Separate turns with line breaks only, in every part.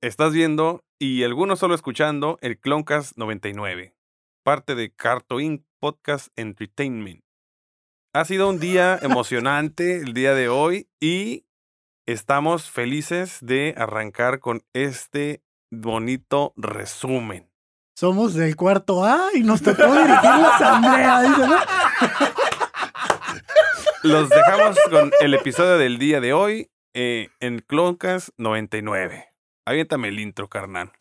Estás viendo y algunos solo escuchando el Cloncast 99, parte de Carto Inc. Podcast Entertainment. Ha sido un día emocionante el día de hoy y estamos felices de arrancar con este bonito resumen.
Somos del cuarto A y nos tocó dirigir la asamblea. dice, ¿no?
Los dejamos con el episodio del día de hoy eh, en Cloncast 99. Aviéntame el intro, carnal.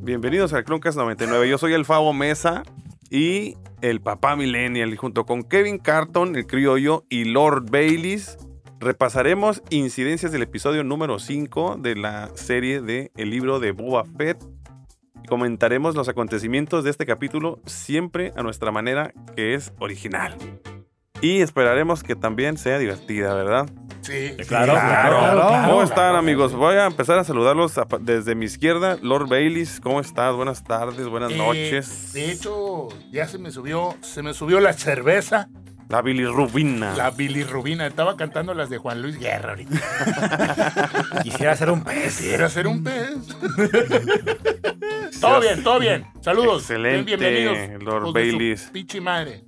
Bienvenidos al Cloncast 99. Yo soy el Fabo Mesa y el papá Millennial. Y junto con Kevin Carton, el criollo, y Lord Baileys, repasaremos incidencias del episodio número 5 de la serie de El libro de Boba Fett comentaremos los acontecimientos de este capítulo siempre a nuestra manera que es original. Y esperaremos que también sea divertida, ¿verdad? Eh,
Sí.
Claro,
claro, claro.
¿Cómo están, amigos? Voy a empezar a saludarlos a- desde mi izquierda. Lord Baileys, ¿cómo estás? Buenas tardes, buenas
Eh,
noches.
De hecho, ya se me subió, se me subió la cerveza,
La bilirrubina.
la bilirrubina. Estaba cantando las de Juan Luis Guerra ahorita.
Quisiera ser un pez.
Quiero hacer un pez. todo bien, todo bien. Saludos.
Excelente,
Bien-
Lord
bienvenidos. hijos de su
Baileys.
Pinche madre.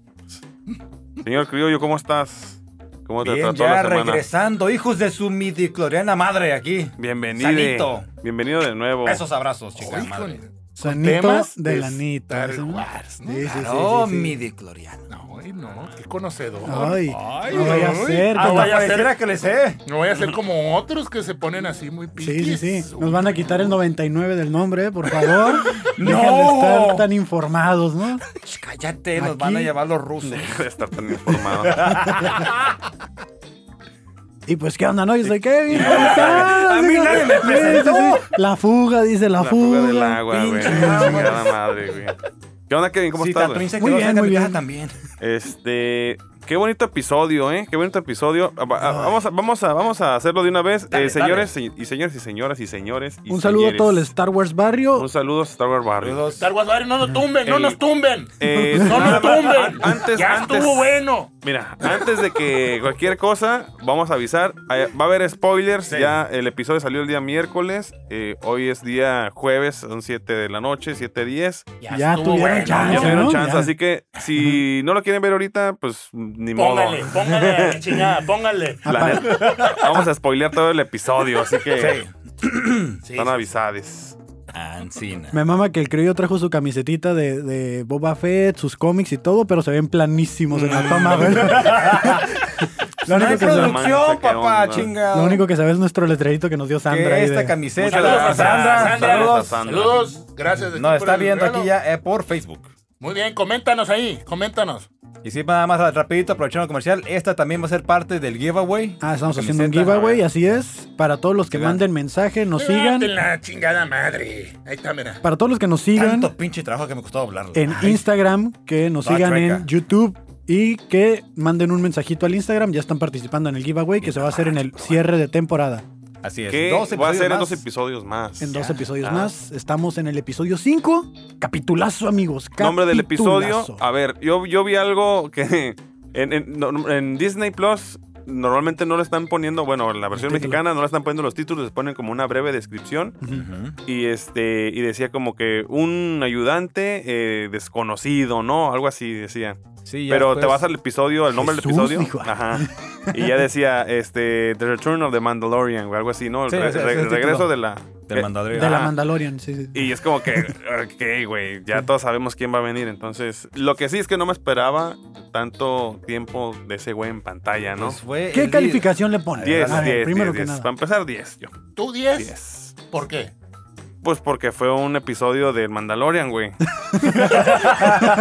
Señor Criollo, ¿cómo estás? ¿Cómo te
Bien,
trató la
ya
semana?
regresando, hijos de su midicloriana madre aquí.
Bienvenido.
Sanito.
Bienvenido de nuevo.
Esos abrazos, chica
Oh,
Oye,
madre.
con- con
Sanito
temas
de la nita.
Star
¿sí, no?
Wars, ¿no?
Sí, sí, sí,
Claro,
sí, sí.
midicloriana.
No, ay, no, qué conocedor.
Ay, no vaya a ser.
Ah,
como-
vaya a ser.
Pareciera que le sé.
No voy a ser como otros que se ponen así muy
Sí,
piquis.
sí, sí. Nos van a quitar el 99 del nombre, por favor. Dejen de
No.
estar tan informados, ¿no?
Ch, Cállate, nos
Aquí-
van a llevar los rusos.
Deja de estar tan informado.
Y pues, ¿qué onda, no? Yo soy Kevin. ¿cómo estás?
A mí nadie me
Sí, sí, sí. La fuga, dice la,
La fuga del agua, güey.
pinche agua.
Chingada madre, güey. ¿Qué onda, Kevin? ¿Cómo
Si
estás?
Tatooine
güey?
se
Muy
quedó
bien,
cerca de
muy
mi casa
bien.
también.
Este, qué bonito episodio, ¿eh? Qué bonito episodio. Ah, va- ah, Vamos a, vamos a, vamos a hacerlo de una vez.
Dale,
Eh, señores y- y señores y señoras y señores. y
Un saludo a
señores.
todo el Star Wars barrio.
Un saludo a Star Wars Barrio.
Saludos.
Star Wars, madre, no nos tumben, no
El-
nos tumben.
Eh,
No
nada más-
nos tumben.
an- Antes,
ya
antes-
estuvo bueno.
Mira, antes de que cualquier cosa, vamos a avisar. Hay- Va a haber spoilers. Ya el episodio salió el día miércoles. Eh, hoy es día jueves, son 7 de la noche, 7.10.
Ya
estuvo
tuvieron
Ya
chance, ¿no?
tuvieron chance,
Ya.
así que si no lo quieren ver ahorita, pues ni
Póngale,
modo.
póngale a la chingada, póngale.
La neta, vamos a spoilear todo el episodio, así que
Sí,
están avisades.
Ancina.
Me mama que el criollo trajo su camisetita de, de Boba Fett, sus cómics y todo, pero se ven planísimos en la toma, güey. lo,
Mm. No hay
único que se,
mancha,
producción,
qué
papá,
onda.
chingado.
lo único que se ve es nuestro letrerito que nos dio Sandra.
que
ahí
esta
de-
camiseta.
Muchas gracias,
Sandra,
Sandra.
saludos.
Sandra.
Saludos, gracias. de
Nos
aquí por
está
el
viendo
regalo.
aquí ya eh, por Facebook.
Muy bien, coméntanos ahí, coméntanos.
Y sí, nada más rapidito, aprovechando el comercial, esta también va a ser parte del giveaway.
Ah, estamos haciendo un
Camiseta.
giveaway, así es. Para todos los que
Sigan.
manden mensaje, nos sigan.
Date la chingada madre. Ahí está, mira.
Para todos los que nos sigan
Tanto pinche trabajo que me costó hablarlo.
en Instagram, que nos
Star
sigan
Trek.
en YouTube y que manden un mensajito al Instagram. Ya están participando en el giveaway que se va a hacer en el cierre de temporada.
Así es.
Que
dos
va a
episodios
ser en
más.
dos episodios más.
En dos
Ya.
episodios
Ah.
más. Estamos en el episodio 5. Capitulazo, amigos.
Nombre del episodio.
capitulazo.
A ver, yo, yo vi algo que en, en- no- en Disney Plus normalmente no le están poniendo, bueno, en la versión
El título.
mexicana no le están poniendo los títulos, les ponen como una breve descripción.
Ujú.
Y este y decía como que un ayudante eh, desconocido, ¿no? Algo así decía.
Sí, ya
Pero te
después-
vas al episodio, el nombre
Jesús,
del episodio.
dijo. "Ah".
Ajá. Y ya decía, este, The Return of the Mandalorian, o algo así, ¿no? El
Sí,
re-
ese- ese
re-
es el
regreso
título.
de la...
Del
eh,
Mandalorian.
De la
Ajá.
Mandalorian, sí. sí.
Y es como que, ok, güey, ya todos sabemos quién va a venir. Entonces, lo que sí es que no me esperaba tanto tiempo de ese güey en pantalla, ¿no?
Pues fue el
¿Qué
líder.
calificación le pones?
10,
A ver,
10,
primero
10,
que
10. Para
nada.
empezar, 10, yo.
¿Tú 10?
10.
¿Por qué?
Pues porque fue un episodio del Mandalorian, güey.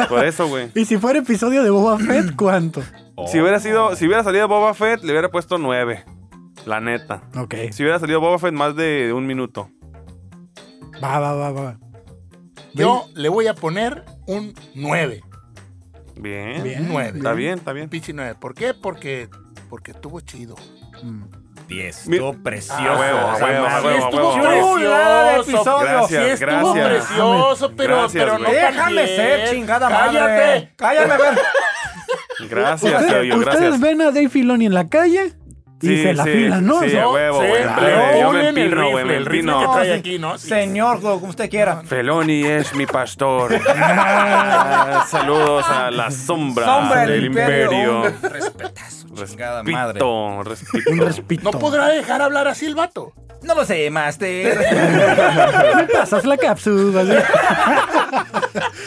Por eso, güey.
Y si fuera episodio de Boba Fett, ¿cuánto?
Oh.
Si hubiera sido, si hubiera salido Boba Fett, le hubiera puesto 9. La neta.
Ok.
Si hubiera salido Boba Fett más de un minuto.
Va, va, va, va.
Yo le voy a poner un 9.
Bien.
Bien.
Un 9.
Está bien, está bien.
Pinche 9. ¿Por qué? Porque, porque estuvo chido.
Mm.
10.
Mi-
Estuvo precioso.
Ah, huevo,
o sea,
huevo,
mames,
huevo,
estuvo
huevo.
chulada de
Precioso.
episodio.
Gracias.
Sí estuvo
Gracias.
precioso, pero,
Gracias,
pero no
güey.
tan
Déjame
bien.
ser, chingada madre.
¡Cállate!
Cállame, ver.
Gracias,
Ustedes-
Teo,
Ustedes
gracias.
ven a Dave Filoni en la calle y se la filan, ¿no? O
Sí,
sea,
a huevo,
Sí,
güey.
claro.
Dale, Yo me
Ponen el
empino, güey,
rifle,
me
el rifle
empino.
que trae aquí, ¿no? Sí.
Señor, como usted quiera.
Feloni es mi pastor. Ah, Saludos a la sombra,
Sombra
Ah, del
del
imperio.
imperio. Un Respetazo, chingada madre.
Pito,
un
respito.
respito.
No podrá dejar hablar así el vato.
No lo sé, Master.
Me pasas la cápsula. así.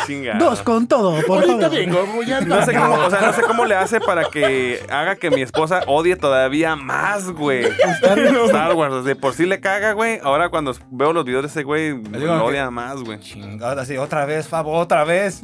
Chinga.
Dos con todo, por
Ahorita
favor.
vengo, voy a
No sé cómo, o sea, no sé cómo le hace para que haga que mi esposa odie todavía más, güey. Star Wars, de por sí le caga, güey. Ahora cuando veo los videos de ese güey,
digo
lo odia más, güey.
chingada, sí, otra vez, Fabo, otra vez.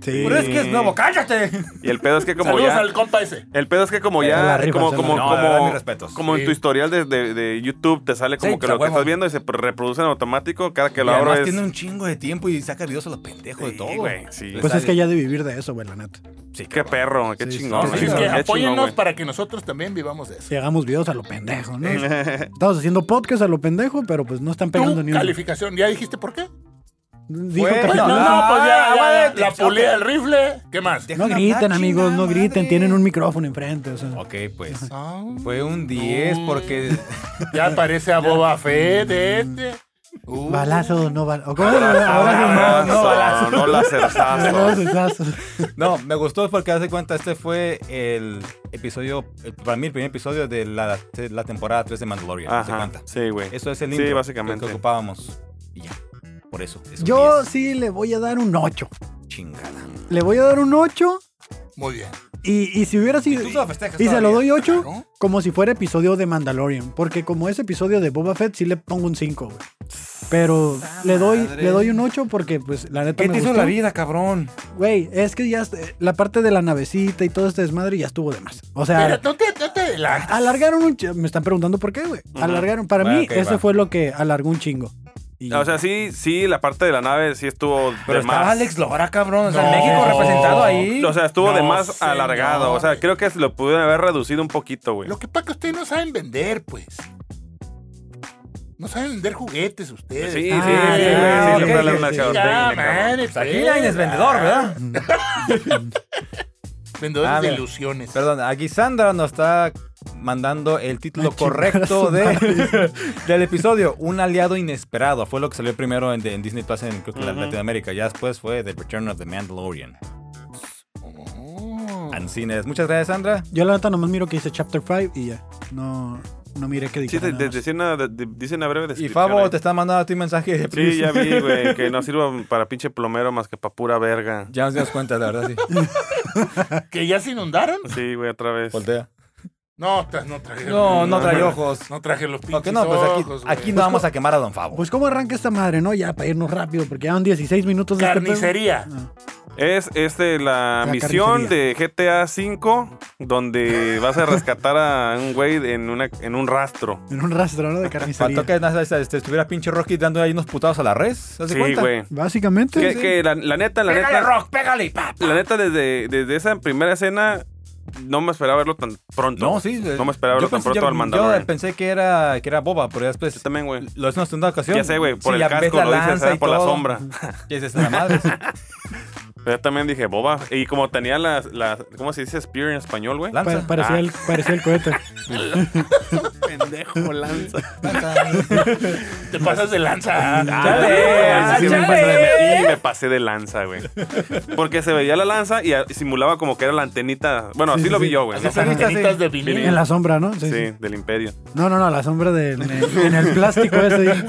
Sí.
Pero es que es nuevo, cállate.
Y el pedo es que como
Saludos
ya.
al compa ese.
El pedo es que como
Se
ya,
la rifa,
como,
se la
como,
rifa. No, de verdad, mis
como,
respetos.
como en tu
Sí.
historial de, de- de YouTube te sale como
Sí,
que
a
lo que
huevo.
estás viendo y se reproduce en automático cada que
Y
lo abro
además
es...
tiene un chingo de tiempo y saca videos a los pendejos de
Sí,
todo.
güey, sí.
Le
Pues es
sale-
que ya de vivir de eso, güey, la neta.
Sí,
Qué perro, qué
Sí, sí,
chingón.
sí,
güey.
Así es
sí,
que
Qué chingón,
apóyennos
güey.
para que nosotros también vivamos de eso.
Si hagamos videos a lo pendejo, ¿no? Estamos haciendo podcast a lo pendejo, pero pues no están pegando
Tu
ni uno.
calificación, ¿ya dijiste por qué?
Dijo
Bueno,
que
Bueno,
no.
no,
no,
pues ya,
ah,
ya, ya,
vale,
la
ok.
pulea del rifle. ¿Qué más?
Deja-
No griten,
Chingada
amigos, no
madre.
griten. Tienen un micrófono enfrente, o sea.
Ok, pues.
Ah,
Fue un 10 porque.
ya parece a Boba Fett este. Uh,
Balazo, no balazo.
Ah,
no, no,
no, no, lacerzazo.
No, me gustó porque hace cuenta, este fue el episodio, el- para mí el primer episodio de la, de la temporada 3 de Mandalorian. Hace
Ajá,
cuenta.
sí, güey.
Eso es el
Sí,
intro
básicamente.
que ocupábamos. Y ya. Por eso. es un
Yo
10.
sí le voy a dar un 8.
Chingada.
Le voy a dar un 8
Muy bien.
y, y si hubiera sido...
tú se lo festejas
Y se lo doy
todavía.
8
Claro.
como si fuera episodio de Mandalorian. Porque como es episodio de Boba Fett, sí le pongo un 5, güey. Pero le doy,
madre.
le doy un 8 porque, pues, la neta
¿Qué
me
te hizo
gustó.
la vida, cabrón?
Güey, es que ya est- la parte de la navecita y todo este desmadre ya estuvo de más. O sea,
Mira, no te, no te adelantes.
alargaron un chingo. Me están preguntando por qué, güey. Alargaron. Para
Bueno,
mí,
ok,
eso
va.
fue lo que alargó un chingo. Y-
O sea, sí, sí, la parte de la nave sí estuvo de
Pero estaba
más.
Alex Lora, cabrón. O sea,
No.
México representado ahí.
O sea, estuvo de
No,
más
señor.
alargado. O sea, creo que se lo pudieron haber reducido un poquito,
Ah.
güey.
Lo que pasa que ustedes no saben vender, pues. No saben vender juguetes ustedes.
Sí, sí,
Ah,
sí,
ah,
güey,
ah,
sí,
ok,
siempre
ok,
la
ok.
mercadotecnia,
Ya,
cabrón.
man,
Pues aquí nadie es vendedor, ¿verdad?
Vendedores
Ah,
de
mira.
ilusiones.
Perdón, aquí Sandra nos está mandando el título
Ah, chingada
correcto
su
de, del episodio, Un aliado inesperado. Fue lo que salió primero en, en Disney Plus en creo que la-
Ujú.
Latinoamérica. Ya después fue The Return of the Mandalorian. Mm.
Oh.
Ancines. Muchas gracias, Sandra.
Yo la neta nomás miro que dice Chapter 5 y ya. No, no miré qué
Sí,
dice.
te- te- te- dicen una- de- de- dicen una breve
Y
descripción.
Fabo
ahí.
te está mandando a ti mensaje de
Sí,
prisa.
ya vi, güey, que no sirva para pinche plomero más que para pura verga.
Ya nos dimos cuenta, la verdad, sí.
¿Que ya se inundaron?
Sí, güey, otra vez.
Voltea.
No, tra- no traje.
No, no trae ojos.
No traje los pinches
Ok, no, pues aquí,
ojos, güey.
aquí no vamos a quemar a Don Fabo.
Pues cómo arranca esta madre, ¿no? Ya para irnos rápido, porque ya van 16 minutos de este pedo.
Carnicería.
Ah.
Es este la,
La
misión de GTA V donde vas a rescatar a un güey en una en un rastro.
En un rastro, ¿no? De carnicería.
Faltó que este, estuviera pinche Rocky dando ahí unos putados a la res. ¿Te das
Sí,
cuenta?
güey.
Básicamente.
Que,
sí.
que la, la neta, la
Pégale,
neta,
Rock, pégale. pa, pa.
la neta desde, desde esa primera escena no me esperaba verlo tan pronto.
No, sí. eh,
No me esperaba verlo
yo
tan
pensé-
pronto
yo-
al Mandalorian.
Yo pensé que era, que era boba, pero ya
Yo
después
también, güey.
lo hizo en una segunda ocasión.
Ya sé, güey, por el
Sí, ya ves
casco,
la
lo dices,
lanza
¿sabes?
y
por la
todo.
sombra.
Ya dices, la madre.
Pero yo también dije, boba. Y como tenía las, las ¿cómo se dice spear en español, güey?
Pa-
Lanza.
parecía,
Ah.
el, parecía el cohete.
Pendejo, lanza.
Te pasas de lanza.
Chale,
Ah, sí, sí,
chale.
me pasé de- y me pasé de lanza, güey. Porque se veía la lanza y a- simulaba como que era la antenita. Bueno,
Sí,
así
sí,
lo vi
sí.
yo, güey.
Las
¿no?
antenitas de
En
vinil.
la sombra, ¿no? Sí,
Sí,
sí.
del imperio.
No, no, no, la sombra de, en, el- en el plástico ese.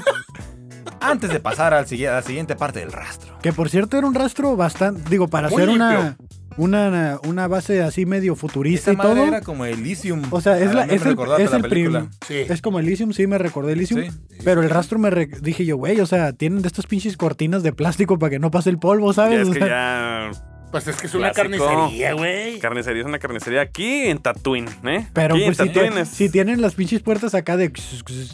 Antes de pasar al, sigui- a la siguiente parte del rastro.
Que por cierto era un rastro bastante. Digo, para
Muy
hacer una, una, una base así medio futurista
Esa
y todo.
madre era como Elysium.
O sea, es,
Ah,
la,
no me
es el,
recordaba
es
la
el
película.
prim-
Sí.
Es como Elysium, sí, me recordé Elysium.
Sí.
Pero el rastro me re- dije yo, güey, o sea, tienen de estas pinches cortinas de plástico para que no pase el polvo,
Ya
¿sabes?
es
O
que ya
sea,
Pues es que es una
Clásico.
carnicería, güey.
Carnicería es una carnicería aquí en Tatooine, ¿eh?
Pero
aquí
pues,
en
si,
Tatooine
tie-
es-
si tienen las pinches puertas acá de.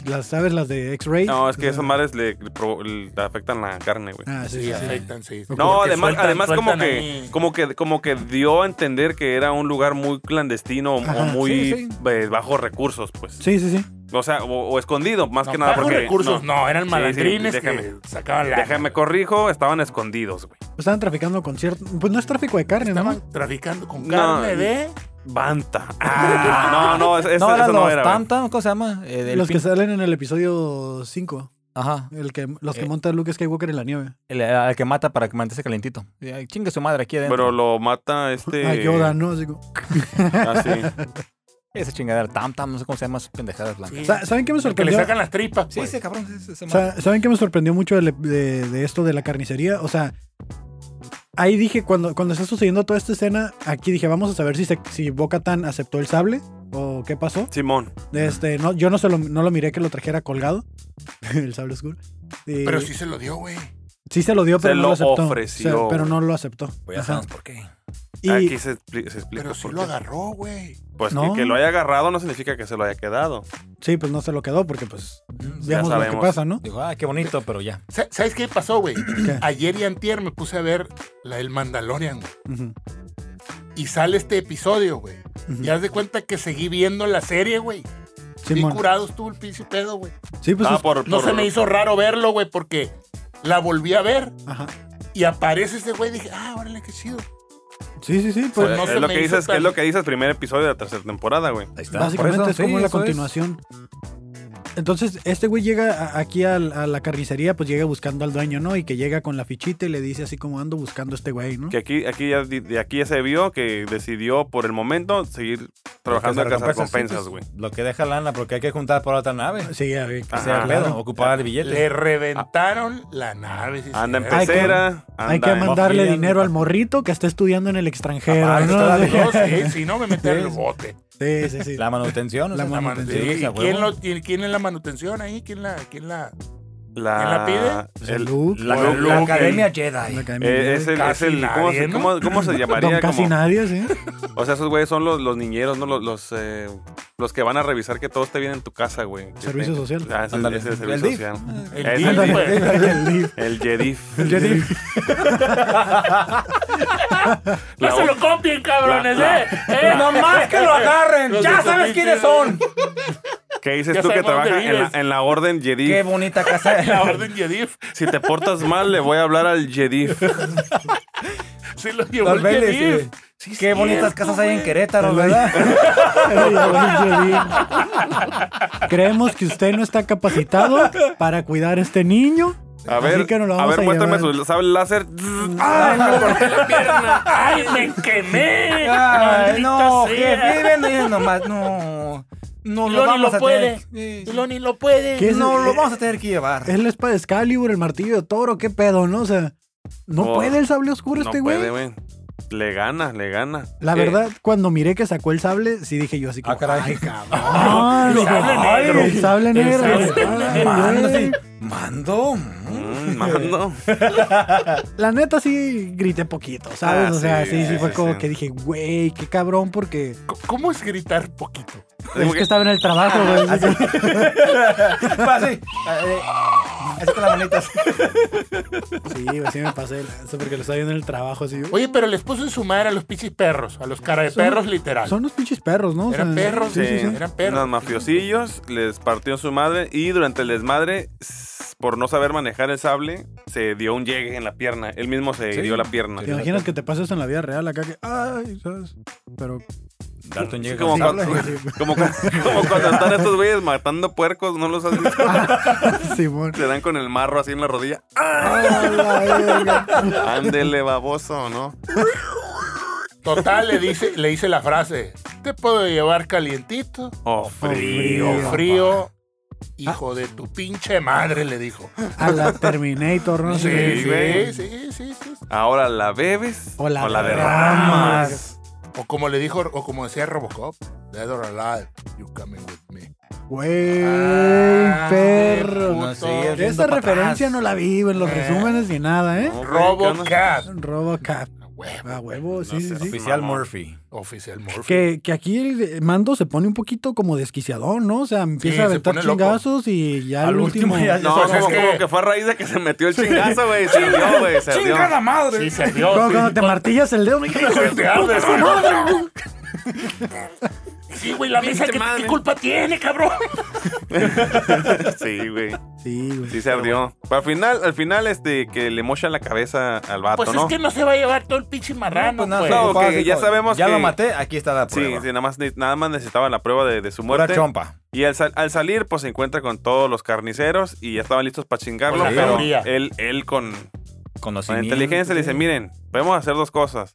Las, ¿Sabes? Las de X-Ray.
No, es que
O sea,
Ah.
esas madres le, pro- le afectan la carne, güey.
Ah, sí,
Sí,
sí, sí.
afectan, sí.
No,
Porque
además,
sueltan-
además como
sueltan
que,
ahí.
como que, como que dio a entender que era un lugar muy clandestino o- o
Ajá,
muy
sí, sí.
eh, bajo recursos, pues.
Sí, sí, sí.
O sea, o, o escondido, más
No,
que nada
bajos
porque.
recursos, no, eran
Sí, sí,
malandrines
déjame.
que sacaban la.
Déjame corrijo, estaban escondidos, güey.
Estaban traficando con cierto. Pues no es tráfico de carne, ¿no?
Estaban traficando con
No.
carne de.
Banta. Ah, no, no, es- es-
no,
eso
eran
no
los
era. güey.
Tantan, ¿cómo se llama? Eh, del
Los que
pin-
salen en el episodio 5.
Ajá.
El que, los que
Eh.
monta Luke Skywalker en la nieve.
El, eh, al que mata para que mantense calentito. Ay, Chingue su madre aquí adentro.
Pero lo mata este.
A Ah, Yoda, ¿no? Así como-
Ah, sí.
Esa chingadera, tam tam, no sé cómo se llaman esas pendejadas blancas.
Sí,
Sa- ¿Saben qué me
el que le
sorprendió?
sacan las tripas.
Sí,
pues.
ese cabrón. ese- ese madre.
Sa- ¿Saben qué me sorprendió mucho del ep- de, de esto de la carnicería? O sea, ahí dije, cuando, cuando está sucediendo toda esta escena, aquí dije, vamos a saber si, se, si Tan aceptó el sable o qué pasó.
Simón.
Este, no, yo no, se lo, no lo miré que lo trajera colgado, el sable oscuro. Y
Pero sí se lo dio, güey.
sí se lo dio, pero
se
no
lo
lo aceptó.
ofreció.
O sea, pero no lo aceptó.
Pues ya
Ajá.
sabemos por qué.
Y-
Aquí se, expli- se explica.
Pero sí
por
lo
qué.
agarró, güey.
Pues que-
No.
que, lo haya agarrado no significa que se lo haya quedado.
sí, pues no se lo quedó porque pues
Ya
veamos lo que
sabemos.
pasa, ¿no?
Digo, ah, qué bonito, pero ya.
Sa- ¿Sabes qué pasó, güey? Ayer y antier me puse a ver la del Mandalorian, güey.
Ujú,
Y sale este episodio, güey.
ujú.
Y haz de cuenta que seguí viendo la serie, güey. Bien
Simón.
curado estuvo el pinche pedo, güey.
Sí, pues...
Ah,
es-
por-
No
por-
se me hizo raro verlo, güey, porque la volví a ver
pues.
Ajá.
y aparece este güey. Dije, ah, órale, qué chido.
Sí, sí, sí.
Pues
Pues,
no
es,
se
lo
me
que
hizo
dices,
tan-
es lo que dices, primer episodio de la tercera temporada, güey.
Ahí está.
Básicamente
Por eso,
es como
sí,
la
eso es.
continuación. Entonces, este güey llega a- aquí al- a, la carnicería, pues llega buscando al dueño, ¿no? Y que llega con la fichita y le dice así como ando buscando a este güey, ¿no?
Que aquí, aquí ya, di- de aquí ya se vio que decidió por el momento seguir trabajando en
Porque se
casas
recompensa,
recompensas,
sí,
güey.
pues, Lo que deja lana, porque hay que juntar para otra nave.
Sí, ya vi.
O sea,
Ajá.
el pedo, ocupar el billete.
Le reventaron la nave. sí,
Anda en
sí.
Ay,
pecera,
Hay que
anda en...
mandarle
Mojillas,
dinero
¿no?
al morrito que está estudiando en el extranjero,
Ah,
¿no?
está la
No, sí, eh, si no me meten en el
Sí.
bote.
Sí, sí, sí.
La manutención. o
La
sea,
La manu-
manutención,
sí,
¿Y
a huevo.
¿Quién, lo- quién- quién es la manutención ahí? ¿Quién la, quién la?
La,
¿Quién la pide?
Pues
el-
el Luke,
La,
Bueno,
la
Luke,
Academia
la
Jedi.
academia
eh,
de-
es el, es
Casi
el- ¿cómo,
nadie,
se,
¿no?
cómo- cómo se
Don
llamaría?
casi
Como-
nadie, sí.
o sea, esos güeyes son los, los niñeros, ¿no? Los, los, eh, los que van a revisar que todo esté bien en tu casa, güey. Que
Servicio
te-
social.
Ah, ese-
Ándale.
ese es el
El
servicio
DIF.
social.
El
Es
DIF,
el
Ándale,
DIF.
güey.
el Leaf.
El Jedif.
El Jedi.
La
No se lo copien, cabrones,
la-
eh. Eh,
Nomás que lo agarren.
Los
Ya
de
sabes
Comic
quiénes
Con.
son.
¿Qué dices
Ya
tú que
sabemos dónde
trabaja en la,
vives.
en la orden
Qué
Jedif?
bonita casa.
La orden Yedif.
Si te portas mal, le voy a hablar al Jedif.
Sí lo llevó
Los
el
Vélez,
Yedif.
güey. Qué bonitas casas hay en Querétaro, ¿verdad?
Creemos que usted no está capacitado para cuidar a este niño.
A ver,
Así que nos lo
a
vamos
ver,
a
muéstrame
llevar.
su sable láser.
Ay, no.
¡Ay, me quemé!
Ay, no,
¡Maldita
que
sea!
viven ahí nomás. No. No lo
Loni
vamos
lo
a
puede.
tener. Sí, sí.
Loni lo puede.
¿Qué es-
No lo vamos a tener que llevar.
Es la espada de Excalibur, el martillo de toro, qué pedo, ¿no? O sea, no
Oh,
puede el sable oscuro
No
este
puede,
güey.
güey. Le gana, le gana.
La
Eh,
verdad, cuando miré que sacó el sable, sí dije yo así como,
Ah, caray.
ay, cabrón. Ay,
El sable
ay,
negro.
El sable
El
negro.
sable
Ay,
Mando,
güey.
sí. Mando. mm.
mm, mando.
La neta sí grité poquito, ¿sabes?
Ah,
o sea,
sí,
sí, sí,
sí,
fue
sí,
como
sí.
que dije, güey, qué cabrón, porque
¿Cómo es gritar poquito?
Como
es
que-
que estaba en el trabajo, güey.
Va, sí. Eh, Así con las manitas.
Sí, güey, sí me pasé de lanza porque lo estaba viendo en el trabajo así.
Oye, pero les puso en su madre a los pichis perros, a los cara de perros, literal.
Son los pinches perros, ¿no? O
Eran
sea,
perros,
sí, sí, sí.
eran perros.
Unos mafiosillos, les partió su madre y durante el desmadre, s- por no saber manejar el sable, se dio un llegue en la pierna. Él mismo se
Sí.
dio la pierna.
¿Te imaginas que te pases en la vida real acá que, ay, ¿sabes? Pero
Dalton llega
como
con
cuando,
sable.
como, cu- como cuando están estos güeyes matando puercos, no los has visto.
"Ah, Simón.
Se dan con el marro así en la rodilla.
A la verga.
Ándele, baboso, ¿no?
Total, le dice, le dice la frase: Te puedo llevar calientito,
Oh,
frío.
frío.
o frío. Hijo de tu pinche madre, le dijo.
Ah,
A la Terminator, no sé.
Sí, güey.
sí, sí, sí, sí.
Ahora la bebes
O la
derramas.
O como le dijo, o como decía Robocop, Dead or Alive, you coming with me.
Güey,
Ah,
perro.
puto.
No, sí, es bien-
Esta
pa'
referencia
atrás.
no la vi en los
Eh.
resúmenes ni nada, ¿eh?
No, güey, ¿qué onda?
Robocop.
Robocap.
huevo.
A huevo, sí, sí,
sé,
sí.
Oficial
Mamón.
Murphy.
Ah, Oficial Murphy.
Que, que aquí el de- Mando se pone un poquito como desquiciadón, ¿no? O sea, empieza a
se
aventar
pone loco.
chingazos y ya
Al
al último.
último ya-
No,
Pues es
como,
que-
como que fue a raíz de que se metió el chingazo, güey. Se ardió, güey. Se ardió.
¡Chingada madre!
Sí, se dio.
Cuando,
sí.
cuando te martillas el dedo, hijo de tu
Te hablas,
puta
sí.
madre.
Sí, güey, la mesa,
Pinche
¿qué,
madre.
¿qué culpa tiene, cabrón?
Sí, güey.
Sí, güey.
Sí se ardió. Pero al final, al final, este, que le mocha la cabeza al vato,
Pues
¿no?
es que no se va a llevar todo el pinche
Pues
marrano,
nada,
güey.
no,
se ocupa
que
así
ya
como,
sabemos
Ya
que-
lo maté, aquí está la
Sí,
prueba.
sí, nada más, ne- nada más necesitaba la prueba de, de su
Pura
muerte.
chompa.
Y al, sal- al salir, pues se encuentra con todos los carniceros y ya estaban listos para chingarlo.
Con la
pero
jauría.
él, él con, con
Conocimiento.
inteligencia le dice, miren, podemos hacer dos cosas.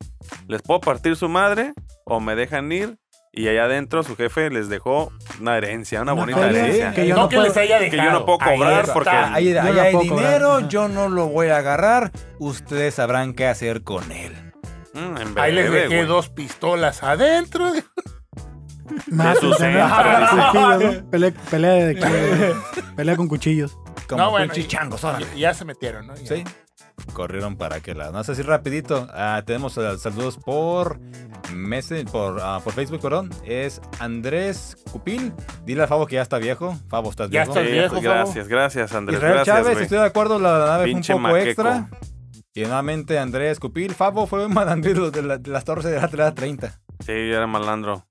Les puedo partir su madre o me dejan ir. Y allá adentro su jefe les dejó una herencia, una,
Una
bonita
feria
herencia.
que yo
no,
no
que
puedo-
les haya
que
dejado.
yo no puedo cobrar
está.
porque-
Está, Ah, ahí
Yo
ahí
la
hay
puedo cobrar,
dinero,
ajá.
yo no lo voy a agarrar. Ustedes sabrán qué hacer con él.
Mm, en
Ahí les
breve,
dejé
güey.
dos pistolas adentro.
Más
Jesús,
Susana,
eh.
ah, cuchillos, ¿no? pelea, pelea de cuchillos. pelea con cuchillos.
Como
No, bueno,
pinches changos, órale.
Y ya se metieron, ¿no? Ya.
Sí. Corrieron para aquel lado. No sé si rapidito. ah, tenemos eh, saludos por Messenger, por, ah, por Facebook, perdón. Es Andrés Cupil. Dile a Fabo que ya está viejo. Fabo, estás
Ya
viejo.
estás
Sí,
viejo,
pues,
Fabo.
gracias, gracias, Andrés.
Israel
gracias,
Chávez,
güey.
estoy de acuerdo, la nave fue un
Pinche
poco
maqueco.
extra. Y nuevamente Andrés Cupil. Fabo fue un malandrilo de, la- de las torres de la 30.
Sí, yo era malandro.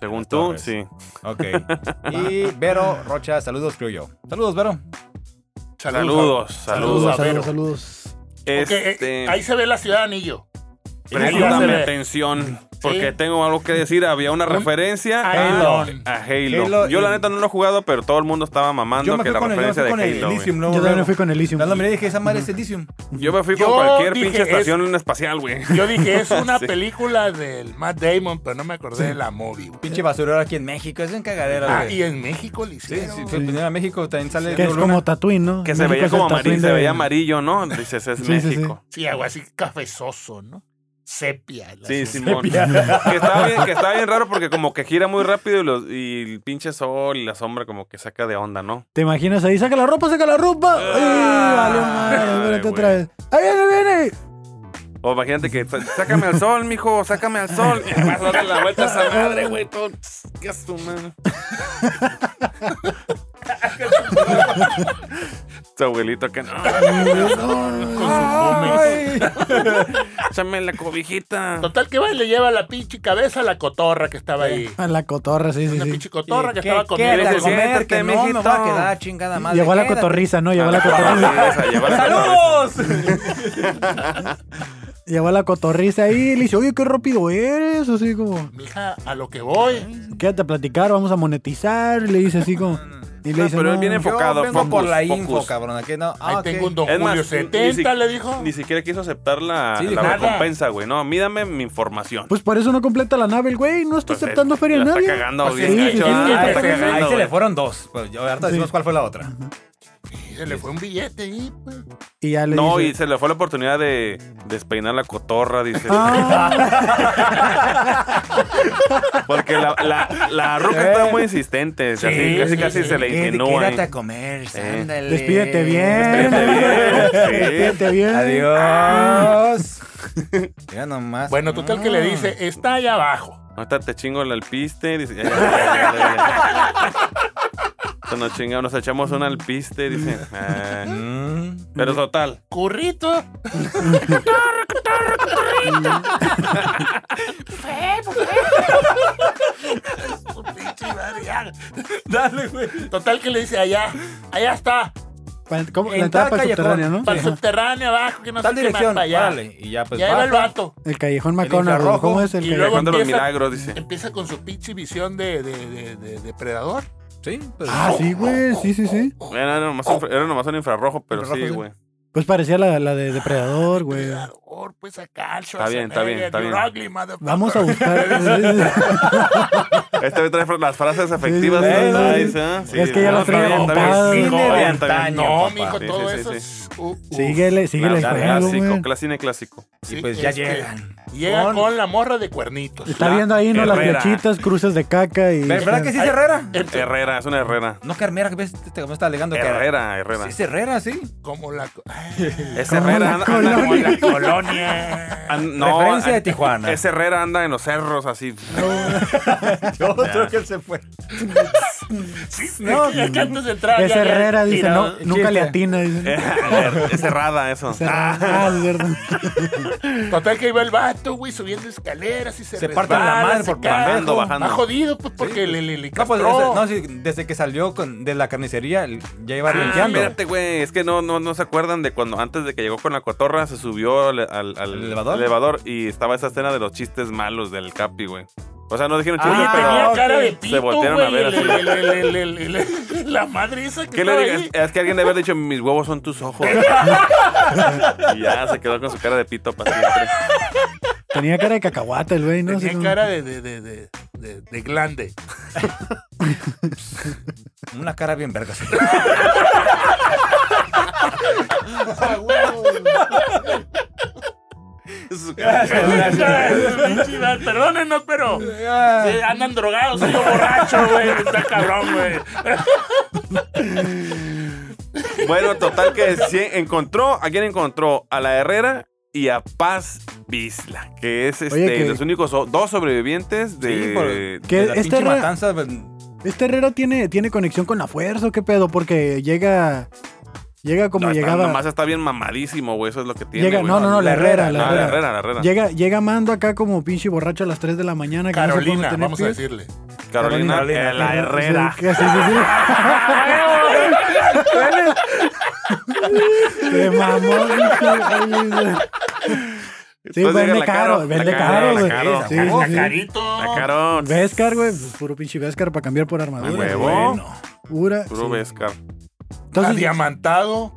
Según
Las
tú,
torres.
sí.
Ok. y Vero Rocha, saludos, creo yo. Saludos, Vero.
Saludos, saludos.
a Vero.
saludos, saludos.
Ok, eh,
Este,
ahí se ve la ciudad anillo. ahí
préstame
se ve.
atención, porque
Sí.
tengo algo que decir. Había una
Un-
referencia
a
a,
Elon.
a Halo.
Halo
Yo la
y-
neta no lo he jugado, pero todo el mundo estaba
Yo
mamando
me
que
fui
la
con el, yo me
referencia
fui
de
con el
Halo. güey.
Elysium. luego,
Yo también
luego.
fui con Elysium.
La nombré y dije, esa madre es Elysium.
Yo me fui con
Yo
cualquier
dije,
pinche
es-
estación espacial, güey.
Yo dije, es una
Sí.
película del Matt Damon, pero no me acordé de la movie. güey.
Pinche basurero aquí en México, es un cagadero.
Ah,
güey.
y en México le
Sí,
hicieron.
sí, fue primero a México, también sale
Que es
Diego Luna.
como Tatooine, ¿no?
Que se
México
veía
es el
como amarillo,
Tatooine
se
de-
veía amarillo, ¿no? Dices, es
Sí, sí, sí.
México.
Sí, algo así cafezoso, ¿no? Sepia. el
Sí,
asunto.
Simón. que, está bien, que está bien raro porque como que gira muy rápido y, los, y el pinche sol y la sombra como que saca de onda, ¿no?
¿Te imaginas ahí? ¡Saca la ropa, saca la ropa! ¡Ay, valió madre!
Ay,
Espérate
Ah, güey.
otra vez. ¡Ahí viene, viene!
O imagínate que sa- sácame al sol, mijo, sácame al sol. Y vas a darle la vuelta a esa madre, güey. Todo, tss, qué asco, man. Su abuelito que no.
Ah,
Ay.
Échame la cobijita.
Total que va y le lleva la pinche cabeza a la cotorra que estaba ahí.
Ah,
A Ah, la cotorra, sí, sí,
Una
sí.
pinche cotorra que
¿Qué-
estaba
qué
comiendo.
te
Dice,
comer?
"Siéntate,
Que no me
mijito".
voy a quedar, chingada madre,
Llegó a la
quédate.
cotorriza, ¿no? Llegó a la
Ah,
cotorriza.
sí, esa, lleva la
¡Saludos!
Llegó a la cotorriza ahí y le dice, oye, qué rápido eres. Así como,
Mija, a lo que voy.
quédate a platicar, vamos a monetizar. Le dice así como. Y le
No, Ah,
dice,
pero él
"No".
viene enfocado,
Yo vengo por
focus,
la
focus.
info, cabrón. Aquí no.
Ahí
Ah, ok.
tengo un don
Es más,
Julio
ni-
70,
ni-
le dijo.
Ni siquiera quiso aceptar la,
Sí,
la
dijo, nada.
recompensa, güey. No, mídame mi información.
Pues por eso no completa la nave el güey, no está
Pues,
aceptando
eh,
feria a
la
nadie.
Está cagando,
Pues,
bien
sí,
gacho,
sí, sí,
ah,
sí,
la
Ahí
está
se-
cagando,
ahí se
güey.
le fueron dos. Pues, yo- ahorita decimos cuál fue la otra.
Y se le fue un billete ahí, pues.
Y ya le
No, y
dice.
se le fue la oportunidad de despeinar la cotorra, dice.
"Ah".
Porque la, la, la ruca estaba muy insistente. así, casi casi se
Eh,
le insinúa.
Quédate a
ahí.
comer,
Eh.
ándale.
Despídete bien.
Despídete bien, sí.
Despídete bien.
Adiós. Mira nomás.
Bueno, total
Ah.
que le dice, está allá abajo.
Ahorita te chingo el alpiste. Dice, ya, ya, ya, ya, ya. Ahorita Nos chingamos, nos echamos un alpiste, dice. Ah,
Mm.
pero total.
Currito.
Dale, güey.
Total que le dice allá, allá está,
Pa- ¿cómo?
En
La entrada
tal
para el
callejón,
subterráneo, ¿no?
para el
Ajá.
subterráneo abajo, que no sé
Tal
qué más
dirección.
para allá.
Vale. Y ya, pues.
y ahí va el
baja.
vato.
El callejón
infrarrojo
McConnell. ¿Cómo es el
y
callejón?
luego-
Dejando los
empieza-
milagros, dice.
Empieza con su pinche visión de, de, de, de depredador.
Sí, pues.
Ah, sí, güey. Sí, sí, sí.
Bueno, era nomás, infra- era nomás un infrarrojo, pero
Infrarrojo,
sí,
sí.
güey.
Pues parecía la, la de Depredador, güey.
Depredador, pues acá, el
Está bien, está bien, está
Schwarzenegger,
bien.
you're ugly, motherfucker.
Vamos a buscar.
Esta vez Este trae fra- las frases afectivas.
sí,
más
sí, sí.
nice, ¿ah? Sí,
Es que ya
no,
las
está
trae
bien, está bien.
agotadas.
Está
Cine de
bien, está bien.
antaño.
No,
papá.
mijo,
Sí,
todo
sí, sí,
eso
sí.
es. uh, uh.
Síguele, síguele el
Claro,
juego,
Clásico,
güey.
cine clásico.
Y pues ya
este,
llegan.
Llega
Con-
con... la morra de cuernitos.
Está
La
viendo ahí, ¿no?
Herrera.
Las flechitas, cruces de caca y.
Pero, ¿Verdad que sí es
Ay,
Herrera?
el-
Herrera, es una Herrera.
No, que Herrera, que ves, te, te- me está alegando que
Herrera, Herrera.
Sí, es Herrera, sí.
como la. Ah,
Es
Como
Herrera.
la
anda-
colonia.
anda-
como la colonia.
an- ah, no,
Referencia de
an-
Tijuana.
Es Herrera, anda en los cerros así.
Yo creo que él se fue.
No, es que antes de entrar.
Es
ya- ya-
Herrera, dice,
tirado.
no, nunca le
chiste.
atina.
Eh.
Dice.
es cerrada eso.
Ah, es verdad.
Total que iba el vato, güey, subiendo escaleras y se
Se parte la
resbala,
madre
se
por
cae.
bajando, bajando.
Está jodido, pues, porque le, le, le
No, pues
castró.
desde, no, sí, desde que salió con- de la carnicería ya iba
Ah,
renqueando.
espérate, güey. Es que no, no, no se acuerdan de cuando antes de que llegó con la cotorra se subió al, al- al
¿El elevador?
y estaba esa escena de los chistes malos del Capi, güey. O sea, no dijeron chistes,
Ah, tenía
pero.
cara de
se
pito,
voltearon
güey,
a ver así.
le- le- le- le- le- le- le- La madre esa que
¿Qué le
estaba
digas?
ahí.
Es que alguien debe haber dicho, mis huevos son tus ojos. y ya se quedó con su cara de pito para siempre.
Tenía cara de cacahuate el güey, ¿no? Así
Tenía
como-
cara de, de, de, de, de- de glande.
Una cara bien verga.
Su cara de pito.
Pinche vato, Perdónenos, pero
Ah.
sí, andan drogados, yo borracho, güey. Está cabrón, güey.
Bueno, total que sí, encontró, ¿a quién encontró? A la Herrera y a Paz Bisla, que es este,
Oye, que-
los únicos so- dos sobrevivientes
Sí, por-
de...
¿Qué?
De la
Este
pinche
Herrera-
matanza. pues,
Este Herrera tiene, tiene conexión con la fuerza, ¿o ¿qué pedo? Porque llega. Llega como
No, está-
llegaba.
nomás está bien mamadísimo, güey, eso es lo que tiene.
Llega-
güey.
no, no, no, la Herrera, la
No,
Herrera.
la Herrera.
Llega, llega Mando acá como pinche borracho a las 3 de la mañana. que no se puede
Carolina,
mantener
vamos a
pies.
decirle.
Carolina,
Carolina,
eh, la
Carolina,
Herrera.
Sí, sí, sí, sí. Se mamó, dije, ay, Sí,
Entonces llega
vende
la
caro,
Caro,
vende
la
caro,
Caro, la
güey.
Caro.
Sí,
La
sí, sí.
carito.
La Carón.
Vescar, güey, pues, puro pinche Vescar para cambiar por armadura.
A huevo.
Pura.
Puro
sí.
Vescar.
Entonces,
Diamantado.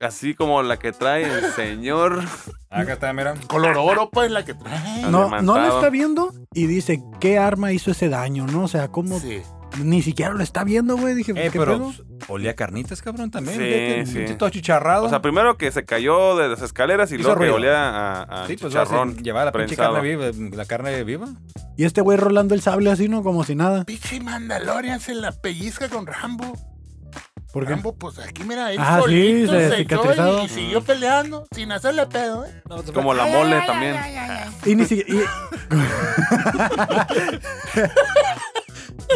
Así como la que trae el señor.
Acá está, mira.
Color oro, pues, la que trae.
no, no lo
Diamantado.
está viendo y dice, ¿qué arma hizo ese daño? ¿No? O sea, ¿cómo?
Sí.
Ni siquiera lo está viendo, güey. Dije,
Eh,
¿qué
pero
pedo?
pues, olía carnitas, cabrón, también.
Sí,
Fíjate,
sí.
pinche Todo chicharrado.
O sea, primero que se cayó de las escaleras y
Hizo
luego que
ruido.
olía a, a
sí, pues
chicharrón
vas a llevar la pinche
prensado.
carne viva. La carne viva.
Y este güey rolando el sable así, ¿no? Como si nada.
Pinche Mandalorian se la pellizca con Rambo.
¿Por qué?
Rambo, pues aquí mira, él
Ah, sí,
solito
se
se,
cicatrizado.
echó y siguió peleando sin hacerle pedo, ¿eh?
Como la mole también.
Ah,
Y
pues.
ni siquiera.